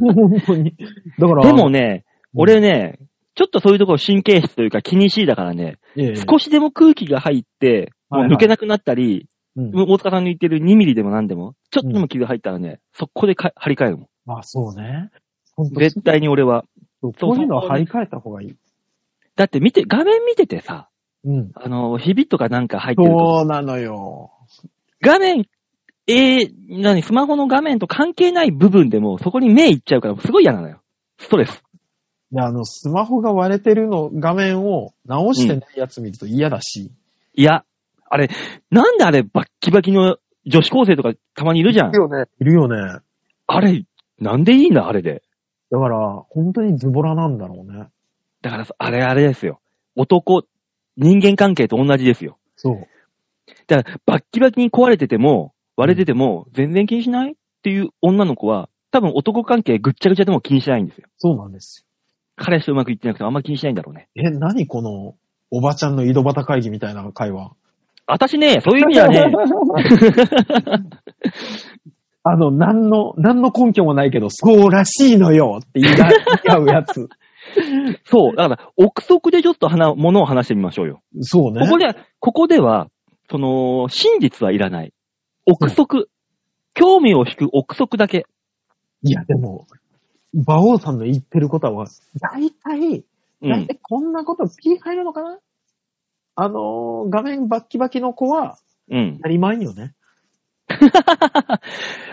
本当に。だから、でもね、うん俺ね、ちょっとそういうところ神経質というか気にしいだからね、いやいや、少しでも空気が入って、もう抜けなくなったり、うん大塚さんの言ってる2ミリでも何でも、ちょっとでも傷が入ったらね、速攻でか張り替えるもまあそうね。本ん。当絶対に俺は。そうこういうのは張り替えた方がいい。だって見て、画面見ててさ、うん。あの、ひびとかなんか入ってると、そうなのよ。画面、えー、何、スマホの画面と関係ない部分でも、そこに目いっちゃうから、すごい嫌なのよ。ストレス。で、あの、スマホが割れてるの、画面を直してないやつ見ると嫌だし。いや、あれ、なんであれ、バッキバキの女子高生とかたまにいるじゃん。よね。いるよね。だあれ、なんでいいんだ、あれで。から、本当にズボラなんだろうね。だから、あれあれですよ。男、人間関係と同じですよ。そう。だから、バッキバキに壊れてても、割れてても、全然気にしないっていう女の子は、多分男関係ぐっちゃぐちゃでも気にしないんですよ。そうなんです彼氏とうまくいってなくてもあんま気にしないんだろうね。よ。え、何この、おばちゃんの井戸端会議みたいな会話。私ね、そういう意味では [LAUGHS] ね、あの、何の、何の根拠もないけど、そうらしいのよって言いな言い合うやつ。そう、だから、憶測でちょっと話、物を話してみましょうよ。 [LAUGHS] そうね。ここでは、ここでは、その、真実はいらない。憶測。興味を引く憶測だけ。いや、でも、馬王さんの言ってることは、大体、う大ん。体こんなこと、ピー入るのかな、あのー画面バッキバキの子は、うん当。たり前よね。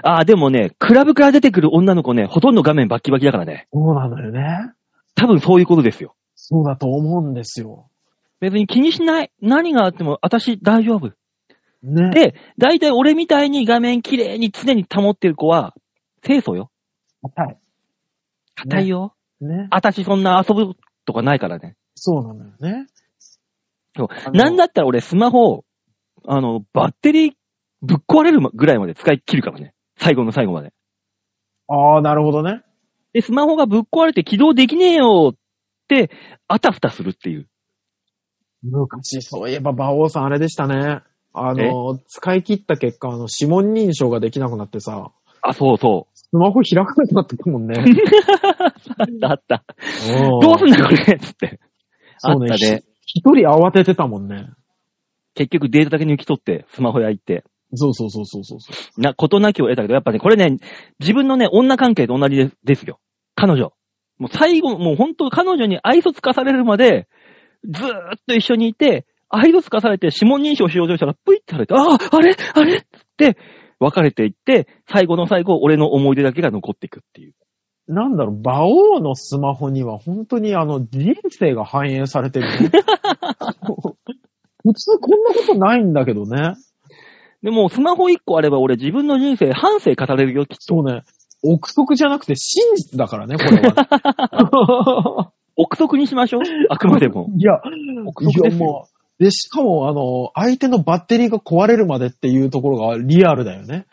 ああ、でもね、クラブから出てくる女の子ね、ほとんど画面バッキバキだからね。そうなのよね。多分そういうことですよ。そうだと思うんですよ。別に気にしない。何があっても、私大丈夫。ね。で、大体俺みたいに画面綺麗に常に保ってる子は、清楚よ。はい。硬いよ。ね。私そんな遊ぶとかないからね。そうなのよね。そうあのなんだったら俺スマホ、あの、バッテリーぶっ壊れるぐらいまで使い切るからね。最後の最後まで。ああ、なるほどね。で、スマホがぶっ壊れて起動できねえよって、あたふたするっていう。昔、そういえば、馬王さんあれでしたね。あの、使い切った結果、あの、指紋認証ができなくなってさ、あ、そうそスマホ開かなくなってたもんね。う。あったあった。 [LAUGHS] どどうすんだこれつって。あそうっねたで、ひ一人慌ててたもんね。結局データだけ抜き取って、スマホ屋行って、そうそうそうそうそう。な、ことなきを得たけど、やっぱね、これね、自分のね、女関係と同じですですよ。彼女。もう最後、もう本当彼女に愛想つかされるまで、ずーっと一緒にいて、愛想つかされて指紋認証しようとしたら、ぷいってされて、ああ、あれあれっつって、別れていって、最後の最後、俺の思い出だけが残っていくっていう。なんだろう、馬王のスマホには本当にあの、人生が反映されてるね。 [LAUGHS] 普通こんなことないんだけどね。でも、スマホ一個あれば俺自分の人生、半生語れる [LAUGHS] よ、きっと。そうね。憶測じゃなくて真実だからね、これ [LAUGHS] は。憶測にしましょう。あくまでも。いや、憶測ですよいやもう、で、しかも、あの、相手のバッテリーが壊れるまでっていうところがリアルだよ [LAUGHS] ね。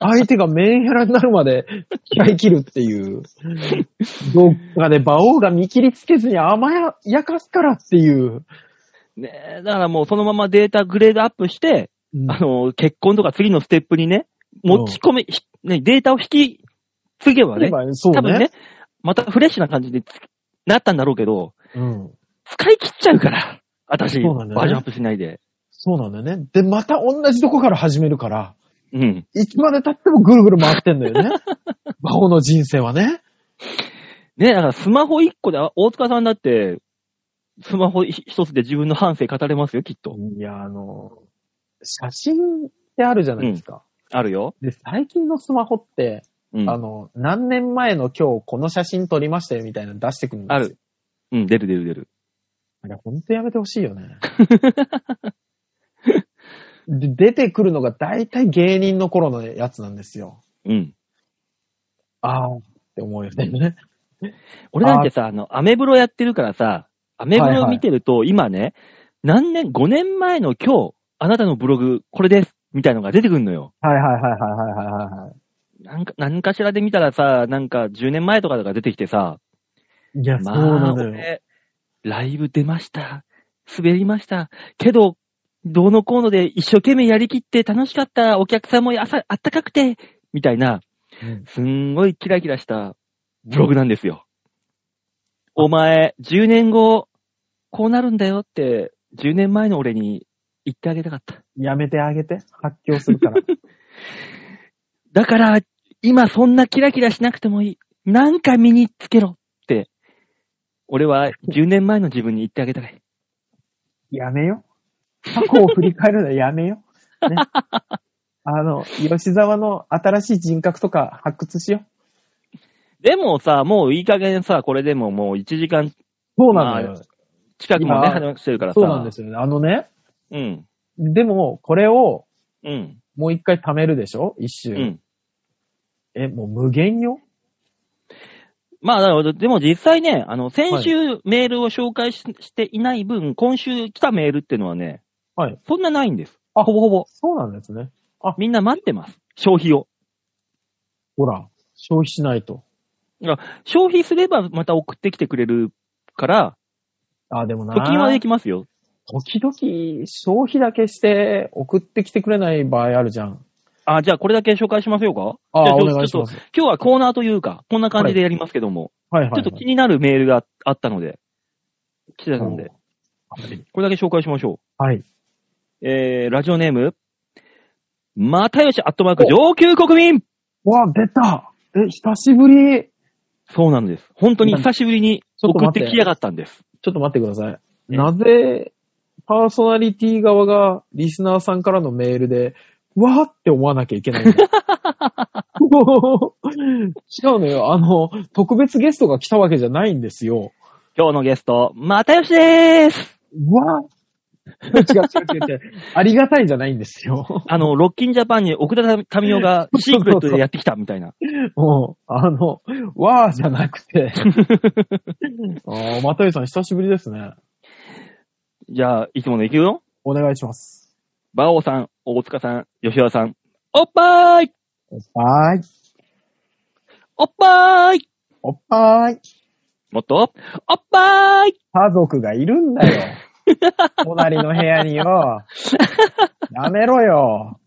相手がメンヘラになるまで [LAUGHS] 気合い切るっていう。どっかで馬王が見切りつけずに甘ややかすからっていう。ねえ、だからもうそのままデータグレードアップして、うんあの、結婚とか次のステップにね、持ち込み、ひね、データを引き継げばね、今そう多分ねね。、またフレッシュな感じにつなったんだろうけど、うん。使い切っちゃうから、私、そうなんだよねバージョンアップしないで。そうなんだよね。で、また同じとこから始めるから、うん。いつまで経ってもぐるぐる回ってんだよ [LAUGHS] ね。馬王の人生はね。ね、だからスマホ一個で、あ大塚さんだって、スマホ一一つで自分の反省語れますよ、きっと。いや、あの、写真ってあるじゃないですか。あるよ。で、最近のスマホって、うん。ああの、何年前の今日この写真撮りましたよみたいなの出してくるんですよ。る。うん、出る出る出る。あれ、ほんとやめてほしいよね。 [LAUGHS] で、出てくるのが大体芸人の頃のやつなんですよ。うん。ああって思うよね。俺なんてさ、あの、アメブロやってるからさ、アメブロ見てると、今ね、何年、5年前の今日、あなたのブログ、これです、みたいのが出てくんのよ。 [LAUGHS] はいはいはいはいはいはいはなんか、何かしらで見たらさ、なんか10年前とかが出てきてさ、い。[LAUGHS] いや、まそうなあ、のよ。俺、ライブ出ました。滑りました。けど、どうのこうので一生懸命やりきって楽しかった。お客さんも朝あったかくて、みたいな、うんすんごいキラキラしたブログなんですよ。お前、10年後、こうなるんだよって、10年前の俺に言ってあげたかった。やめてあげて。発狂する [LAUGHS] から。だから、今そんなキラキラしなくてもいい。なんか身につけろって、俺は10年前の自分に言ってあげたい。やめよ。過去を振り返るのやめよ。 [LAUGHS] ね。あの、吉沢の新しい人格とか発掘しよう。でもさ、もういい加減さ、これでももう1時間そうなのよ。近くもね、今話してるからさ。そうなんですよね。あのね、うん。でも、これをうん。もう一回貯めるでしょ一う周。ん。え、もう無限よまあ、だからでも実際ね、あの、先週メールを紹介ししていない分、今週来たメールっていうのはね、はいそんなないんです。あほぼほぼ。そうなんですね。みんな待ってます。消費を。ほら、消費しないと。消費すればまた送ってきてくれるから、あ、でもな貯金はできますよ。時々、消費だけして送ってきてくれない場合あるじゃん。あ、じゃあこれだけ紹介しましょうかあじゃあおちょ願いしちょまっとす。今日はコーナーというか、こんな感じでやりますけども、はいはい、はい。ちょっと気になるメールがあったので、来てたので、はい。これだけ紹介しましょはい。う。えー、ラジオネーム、またよし、アットマーク、上級国民わ、出たえ、久しぶりそうなんです。本当に久しぶりにちょっと送っ待っててきやがったんです。ちょっと待ってください。えなぜ、パーソナリティ側がリスナーさんからのメールで、わーって思わなきゃいけないんだ [LAUGHS] 違うのよ。あの、特別ゲストが来たわけじゃないんですよ。今日のゲスト、またよしでーすわー違う違う違う違う。ありがたいじゃないんですよ。あの、ロッキンジャパンに奥田民生 [LAUGHS] がシークレットでやってきたみたいな。もう、あの、わーじゃなく [LAUGHS] て。あーまたよりさん久しぶりですね。じゃあ、いつもの行くよ。お願いします。馬王さん、大塚さん、吉田さん、おっぱーいはーい。おっぱーいおっぱーい。もっと、おっぱーい家族がいるんだ [LAUGHS] よ。隣の部屋によ。やめろよ。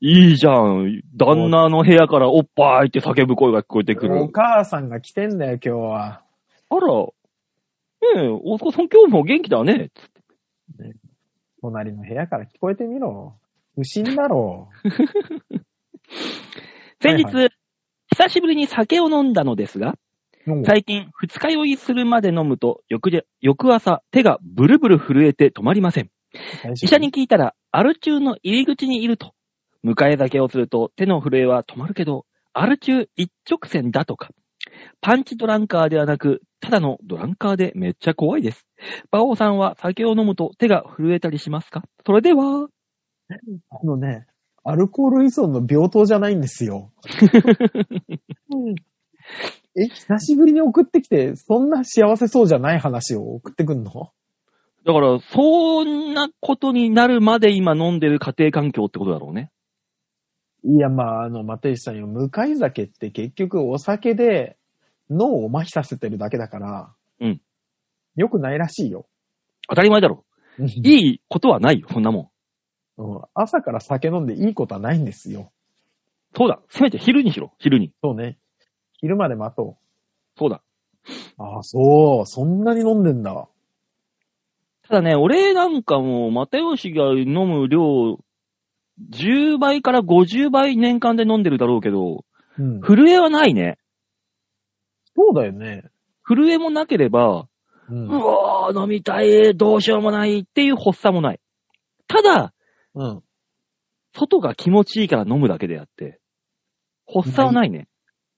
いいじゃん。旦那の部屋からおっぱーいって叫ぶ声が聞こえてくおる。母さんが来てんだよ、今日は。あら、ねえ、大塚さん今日も元気だね。隣の部屋から聞こえてみろ。不審だろ。先日、はい久しぶりに酒を飲んだのですが、もう最近二日酔いするまで飲むと翌日、翌朝手がブルブル震えて止まりません。医者に。聞いたら、アル中の入り口にいると。迎え酒をすると手の震えは止まるけど、アル中一直線だとか。パンチドランカーではなく、ただのドランカーでめっちゃ怖いです。馬王さんは酒を飲むと手が震えたりしますかそれでは、あのね、アルコール依存の病棟じゃないんで [LAUGHS] すよ。え、久しぶりに送ってきて、そんな幸せそうじゃない話を送ってくんのだから、そんなことになるまで今飲んでる家庭環境ってことだろうね。いや、まあ、あの、又吉さんよ、向かい酒って結局お酒で脳を麻痺させてるだけだから、うん。よくないらしいよ。当たり前だろ。い、いいことはないよ、そんなもん。うん、朝から酒飲んでいいことはないんですよ。そうだ。せめて昼にしろ、昼に。そうね。昼まで待とそうだ。う。ああ、そう。そんなに飲んでんだ。ただね、俺なんかもう、又吉が飲む量、10倍から50倍年間で飲んでるだろうけど、うん。震えはないね。そうだよね。震えもなければ、う。うんわー、飲みたい、どうしようもないっていう発作もない。ただ、うん。外が気持ちいいから飲むだけであって、発作はないね。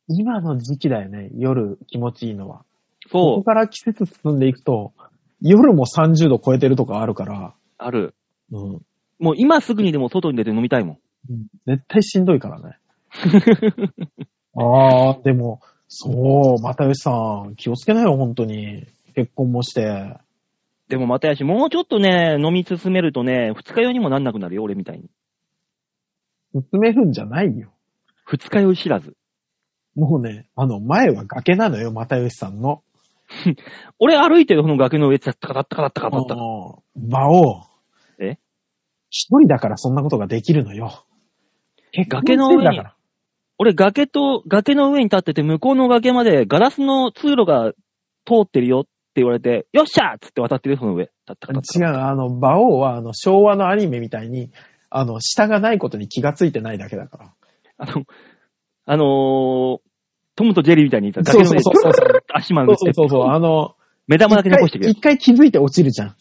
今の時期だよね。夜気持ちいいのは。こそこう、から季節進んでいくと、夜も30度超えてるとかあるから、ある。うん。もう今すぐにでも外に出て飲みたいもん。絶対しんどいから [LAUGHS] ね。ああ、でも、そう、又吉さん、気をつけなよ、本当に。結婚もして。でも又吉、もうちょっとね、飲み進めるとね、二日酔いにもなんなくなるよ、俺みたいに。進めるんじゃないよ。二日酔い知らず。もうね、あの、前は崖なのよ、又吉さんの。俺歩いてるこの崖の上、タカタッタカタッタカタッタカ。もう、場を。え一人だからそんなことができるのよ。結婚崖の上にしてんだから。俺崖と、崖の上に立ってて、向こうの崖までガラスの通路が通ってるよって言われて、よっしゃーっつって渡ってるその上。タッタカタッタ違う、あの、馬王は、あの、昭和のアニメみたいに、あの、下がないことに気がついてないだけだから。カ。あの、あのー、トムとジェリーみたいにいた崖の上で、そうそうそうそうブルルルって足まそでうそうそうそう、あの、目玉だけ残してくれる。一回気づいて落ちるじゃん。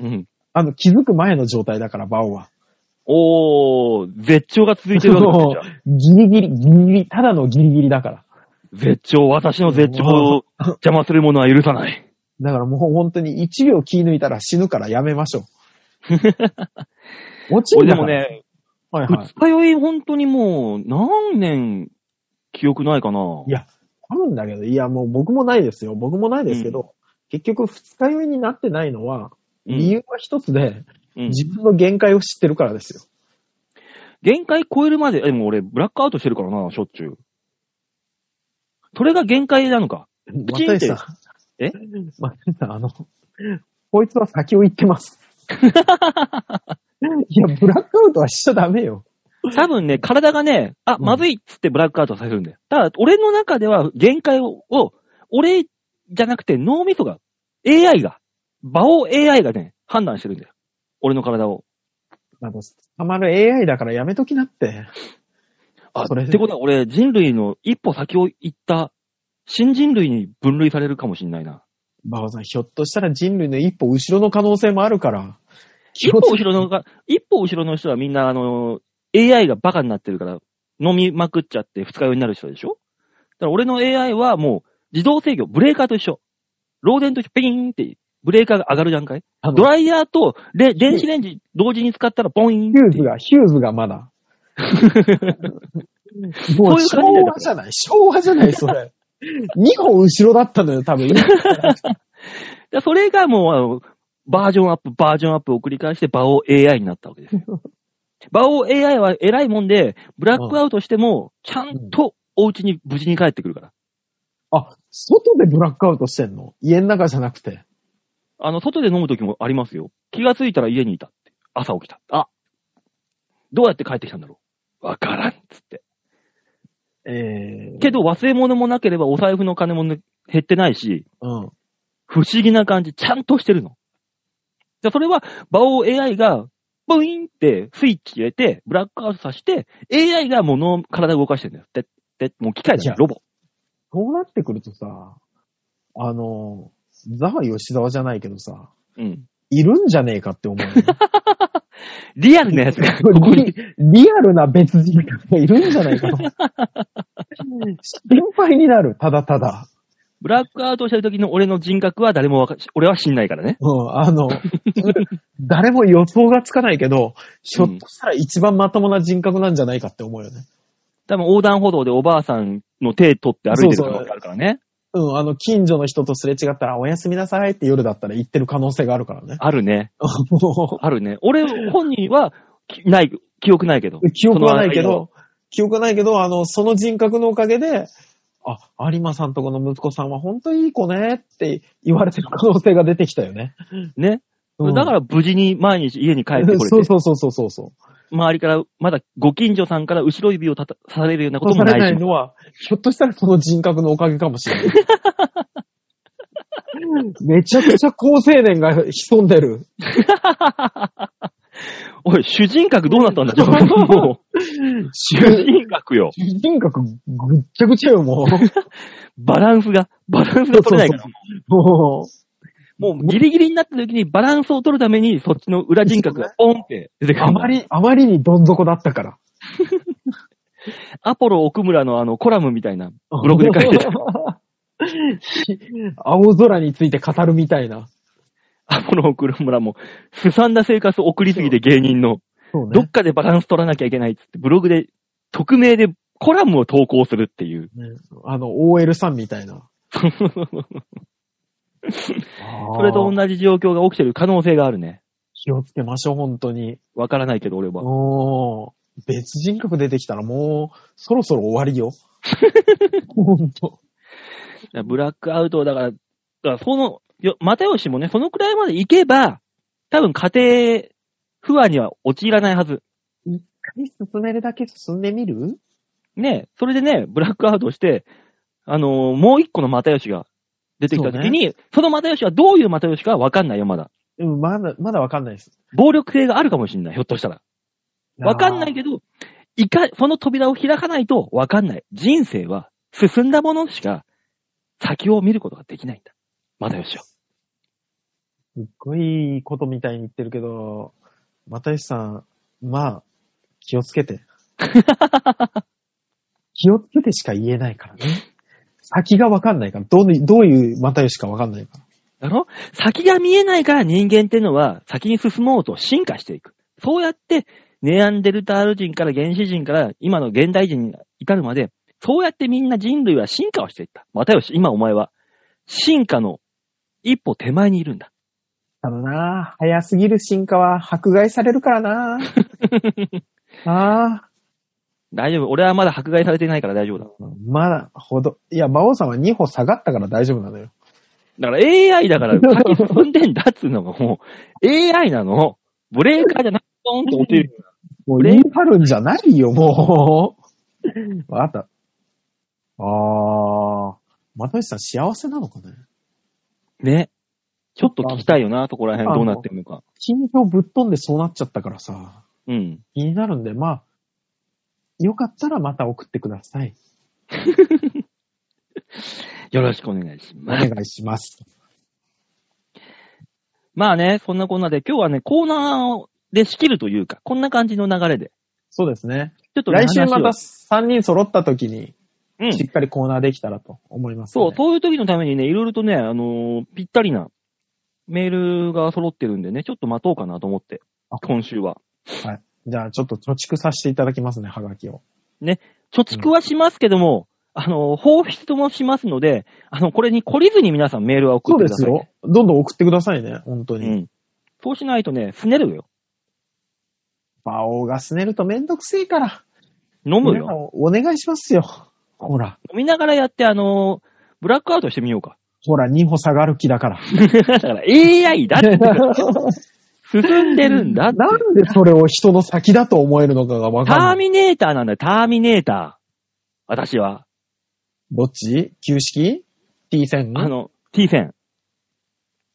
うん。あの、気づく前の状態だから、バ [LAUGHS] オは。おー、絶頂が続いてるわけです [LAUGHS] ねギリギリ、ギリギリ、ただのギリギリだから。じゃあ。絶頂、私の絶頂を邪魔する者は許さない。だからもう本当に一秒気抜いたら死ぬからやめまし [LAUGHS] ょう。落ちる俺んでだかもら。ね、はいはい二。日酔い、本当にもう、何年、記憶ないかな。いや、あるんだけど、いや、もう僕もないですよ。僕もないですけど、結局二日酔いになってないのは、うん理由は一つで、うん自分の限界を知ってるからですよ。限界超えるまで、えでも俺、ブラックアウトしてるからな、しょっちゅう。それが限界なのか。まチンたってさん。えまたさん、あの、こいつは先を行っ [LAUGHS] てます。いや、ブラックアウトはしちゃダメよ。多分ね、体がね、あ、うんまずいっつってブラックアウトさせるんだよ。だから、俺の中では限界を、を俺じゃなくて脳みそが、AI が、場を AI がね、判断してるんだよ。俺の体を。あの、たまる AI だからやめときなって。あ、それってことは俺、人類の一歩先を行った、新人類に分類されるかもしんないな。バオさん、ひょっとしたら人類の一歩後ろの可能性もあるから。一歩後ろのが、一歩後ろの人はみんな、あの、AI がバカになってるから、飲みまくっちゃって二日酔いになる人でしょだから俺の AI はもう、自動制御、ブレーカーと一緒。漏電と一緒、ピーンって、ブレーカーが上がる段階あのドライヤーとレ、電子レンジ同時に使ったら、ボイーンヒュっーてズ。が、ヒューズが [LAUGHS] まだ。もそういうう感昭じだよ和じゃない、昭和じゃない、そ [LAUGHS] れ。2本後ろだったのよ、多分。でそれがもうあの、バージョンアップ、バージョンアップを繰り返して、場を AI になったわけですよ。場を AI は偉いもんで、ブラックアウトしても、ちゃんとお家に無事に帰ってくるから。あ、外でブラックアウトしてんの家の中じゃなくて。あの、外で飲むときもありますよ。気がついたら家にいたって。朝起きた。あどうやって帰ってきたんだろうわからんっつって。ええけど忘れ物もなければお財布の金もね減ってないし、うん。不思議な感じ、ちゃんとしてるの。じゃあそれは、バオ AI が、ブイーンってスイッチ入れて、ブラックアウトさせて、AI がもう脳体を動かしてるんだよ。てって、もう機械いだやよ、ロボ。そうなってくるとさ、あの、ザワ吉沢じゃないけどさ、うん。いるんじゃねえかって思うよね。リアルなやつが、ここに [LAUGHS] リリアルな別人格がいるんじゃないかな。心配になる、ただただ。ブラックアウトしてる時の俺の人格は誰もわか、俺は知んないからね。うん、あの、誰も予想がつかないけど、ひょっとしたら一番まともな人格なんじゃないかって思うよね。多分横断歩道でおばあさんの手取って歩いてる可能性あるからね。うん、あの、近所の人とすれ違ったら、おやすみなさいって夜だったら言ってる可能性があるからね。 [LAUGHS] あるね。もあるね。俺本人は、きない、記憶ないけどう、。 [LAUGHS] 記憶はないそけの間をど、記憶はないけど、あの、その人格のおかげで、あ、有馬さんとこの息子さんは本当いい子ねって言われてる可能性が出てきたよね。ね。うんだから無事に毎日家に帰ってこれて、 [LAUGHS] そうそうそうそうそうそう。周りから、まだご近所さんから後ろ指をたたされるようなことさもれなないいし。のは、ひょっとしたらその人格のおかげかもし [LAUGHS] れない。めちゃくちゃ高青年が潜んでる。おい、主人格どうなったんだちょっともう主人格よ。 [LAUGHS] 主人格ぐっちゃぐちゃよ、もバランスが、バランスが取れないから。う。ももうギリギリになった時にバランスを取るために、そっちの裏人格がポンって出てくう、る。あま。り、あまりにどん底だったから。アポロ奥村のあのコラムみたいなブログで書いてた。 [LAUGHS] 青空について語るみたいな。アポロ奥村も、すさんだ生活を送りすぎて芸人の、そうどっ。かでバランス取らなきゃいけないっつって、ブログで、匿名でコラムを投稿するって [LAUGHS] いう。あの、OL さんみたいな。それと同じ状況が起きてる可能性があるね。気をつけましょう、本当に。わからないけど、俺は。おー別人格出てきたらもう、そろそろ終わりよ。本当。ブラックアウトだから、だからその、よ又吉もね、そのくらいまで行けば、多分家庭不安には陥らないはず。進めるだけ進んでみるね、それでね、ブラックアウトして、あのーもう一個の又吉が出てきた時に、そ,、の又吉はどういう又吉かわかんないよ、まだ。うん、まだ、まだわかんないです。暴力性があるかもしれない、ひょっとしたら。わかんないけど、いか、その扉を開かないとわかんない。人生は進んだものしか先を見ることができないんだ。又吉は。すっごいいいことみたいに言ってるけど、又吉さん、まあ、気をつけ [LAUGHS] て。気をつけてしか言えないからね。先がわかんないから、どうどういう又吉かわかんないかだら。ろ先が見えないから人間ってのは先に進もうと進化していく。そうやってネアンデルタール人から原始人から今の現代人に至るまでそうやってみんな人類は進化をしていった。またよし、今お前は、進化の一歩手前にいるんだ。ただな、早すぎる進化は迫害されるから [LAUGHS] な。ああ、大丈夫。俺はまだ迫害されてないから大丈夫だ。まだほど。いや、馬王さんは2歩下がったから大丈夫なのよ。だから AI だから先進んでんだっつうのがもう、AI なの。ブレーカーじゃなくて、ポンと落ちる。もう言い張るんじゃないよ、もう。わかった。ああ、又吉さん幸せなのかねね。ちょっと聞きたいよな、そこら辺どうなってるのか。心境ぶっ飛んでそうなっちゃったからさ、うん。気になるんで、まあ、よかったらまた送ってください。よろしくお願いしおま願す。いします。まあね、そんなこんなで、今日はね、コーナーで仕切るというか、こんな感じの流れで。そうですね。ちょっとね来週ま話たを3人揃った時に、うん。しっかりコーナーできたらと思います、そう、そういう時のためにね、いろいろとね、あのーぴったりなメールが揃ってるんでね、ちょっと待とうかなと思ってあ、今週は。う。じゃあ、ちょっと貯蓄させていただきますね、はがきを。貯蓄はしますけども、あのー放出ともしますので、あの、これに懲りずに皆さんメールは送そってうでくだすさい、よ。どんどん送ってくださいね、本当うに。ん。そうしないとね、すねるよ。馬王がすねるとめんどくせえから。飲む皆さんよ。お願いしますよ。ほら、飲みながらやって、あのーブラックアウトしてみようか。 [LAUGHS] ほら、2歩下がる気だから。だから AI だって、 [LAUGHS] 進んでるんだって。なんでそれを人の先だと思えるのかがわタかんなーい。ミネーターなんだよ、ターミネーター。私は。どっち旧式 ?T 線あの、T 線。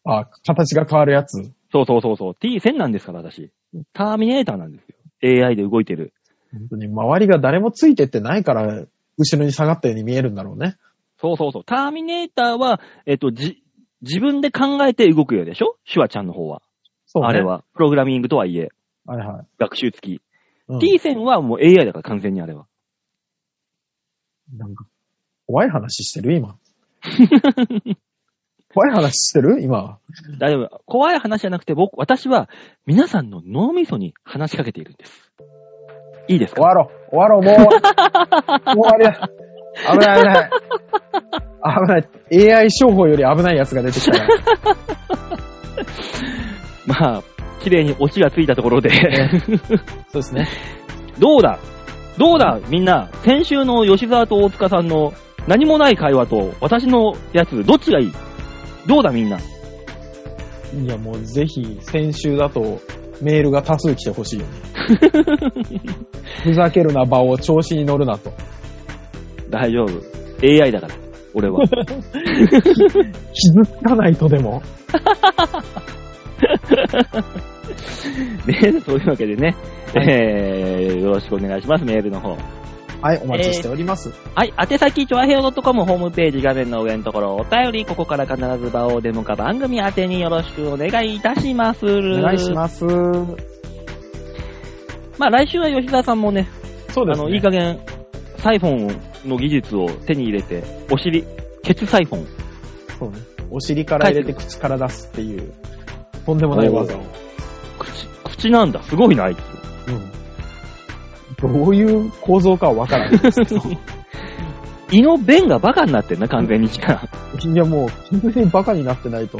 あ、形が変わるやつ。そうそうそうそう。T 線なんですから、私。ターミネーターなんですよ。AI で動いてる。本当に周りが誰もついてってないから、後ろに下がったように見えるんだろうね。そうそうそう。ターミネーターは、えっと、じ、自分で考えて動くようでしょシュワちゃんの方は。そう、ね。あれ。は。プログラミングとはいえ、はいはい。学習付き。うん T 線はもう AI だから、完全にあれは。なんか、怖い話してる今。 [LAUGHS] 怖い話してる今。大丈夫。怖い話じゃなくて、僕、私は、皆さんの脳みそに話しかけているんです。いいです終かわろう。終わろう。 [LAUGHS] もう、もう終わりだ。危ない危ない。危ない。AI 商法より危ないやつが出てき [LAUGHS] たから。まあ、綺麗にオチがついたところで、そうですね。 [LAUGHS] どうだどうだみんな、先週の吉沢と大塚さんの何もない会話と私のやつ、どっちがいいどうだみんな。いや、もうぜひ、先週だと、メールが多数来てほしい [LAUGHS] よね。ふざけるな、場を調子に乗るなと。大丈夫。AI だから、俺 [LAUGHS] は。傷つかないとでも。ね、そういうわけでね、はいえー、よろしくお願いします、メールの方。はい、お待ちしております。はい、宛先、ちょあへよ .com ホームページ画面の上のところ、お便り、ここから必ず場をデモか番組宛てによろしくお願いいたします。おお願いします。そす。まあ来週は吉沢さんもね、うであすの、ね。いい加減、サイフォンの技術を手に入れて、お尻、ケツサイフォン。そうねお尻から入れて口から出すっていう、とんでもない技を。口、口なんだ。すごいな、あ [LAUGHS] いつ。 [LAUGHS] うんどういう構造かはわ [LAUGHS] からないですけど。胃の弁がバカになってんな、完全に。じゃあいや、もう、完全にバカになってないと。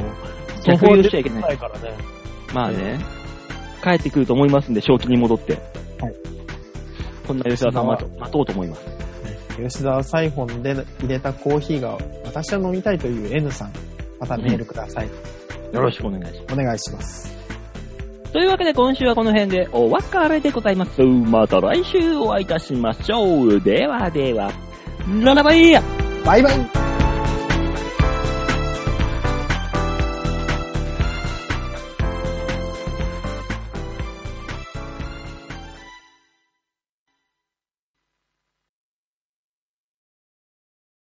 逆こ流はしちゃいけない出てからね。まあね、帰ってくると思いますんで、正気に戻って。はい。こんな吉田さんは待とうと思います。吉沢サイフォンで入れたコーヒーが私は飲みたいという N さん、またメールください。よろしくお願いしまお願いします。す。というわけで今週はこの辺でお別れでございます。また来週お会いいたしましょう。ではでは、ララバイヤバイバイ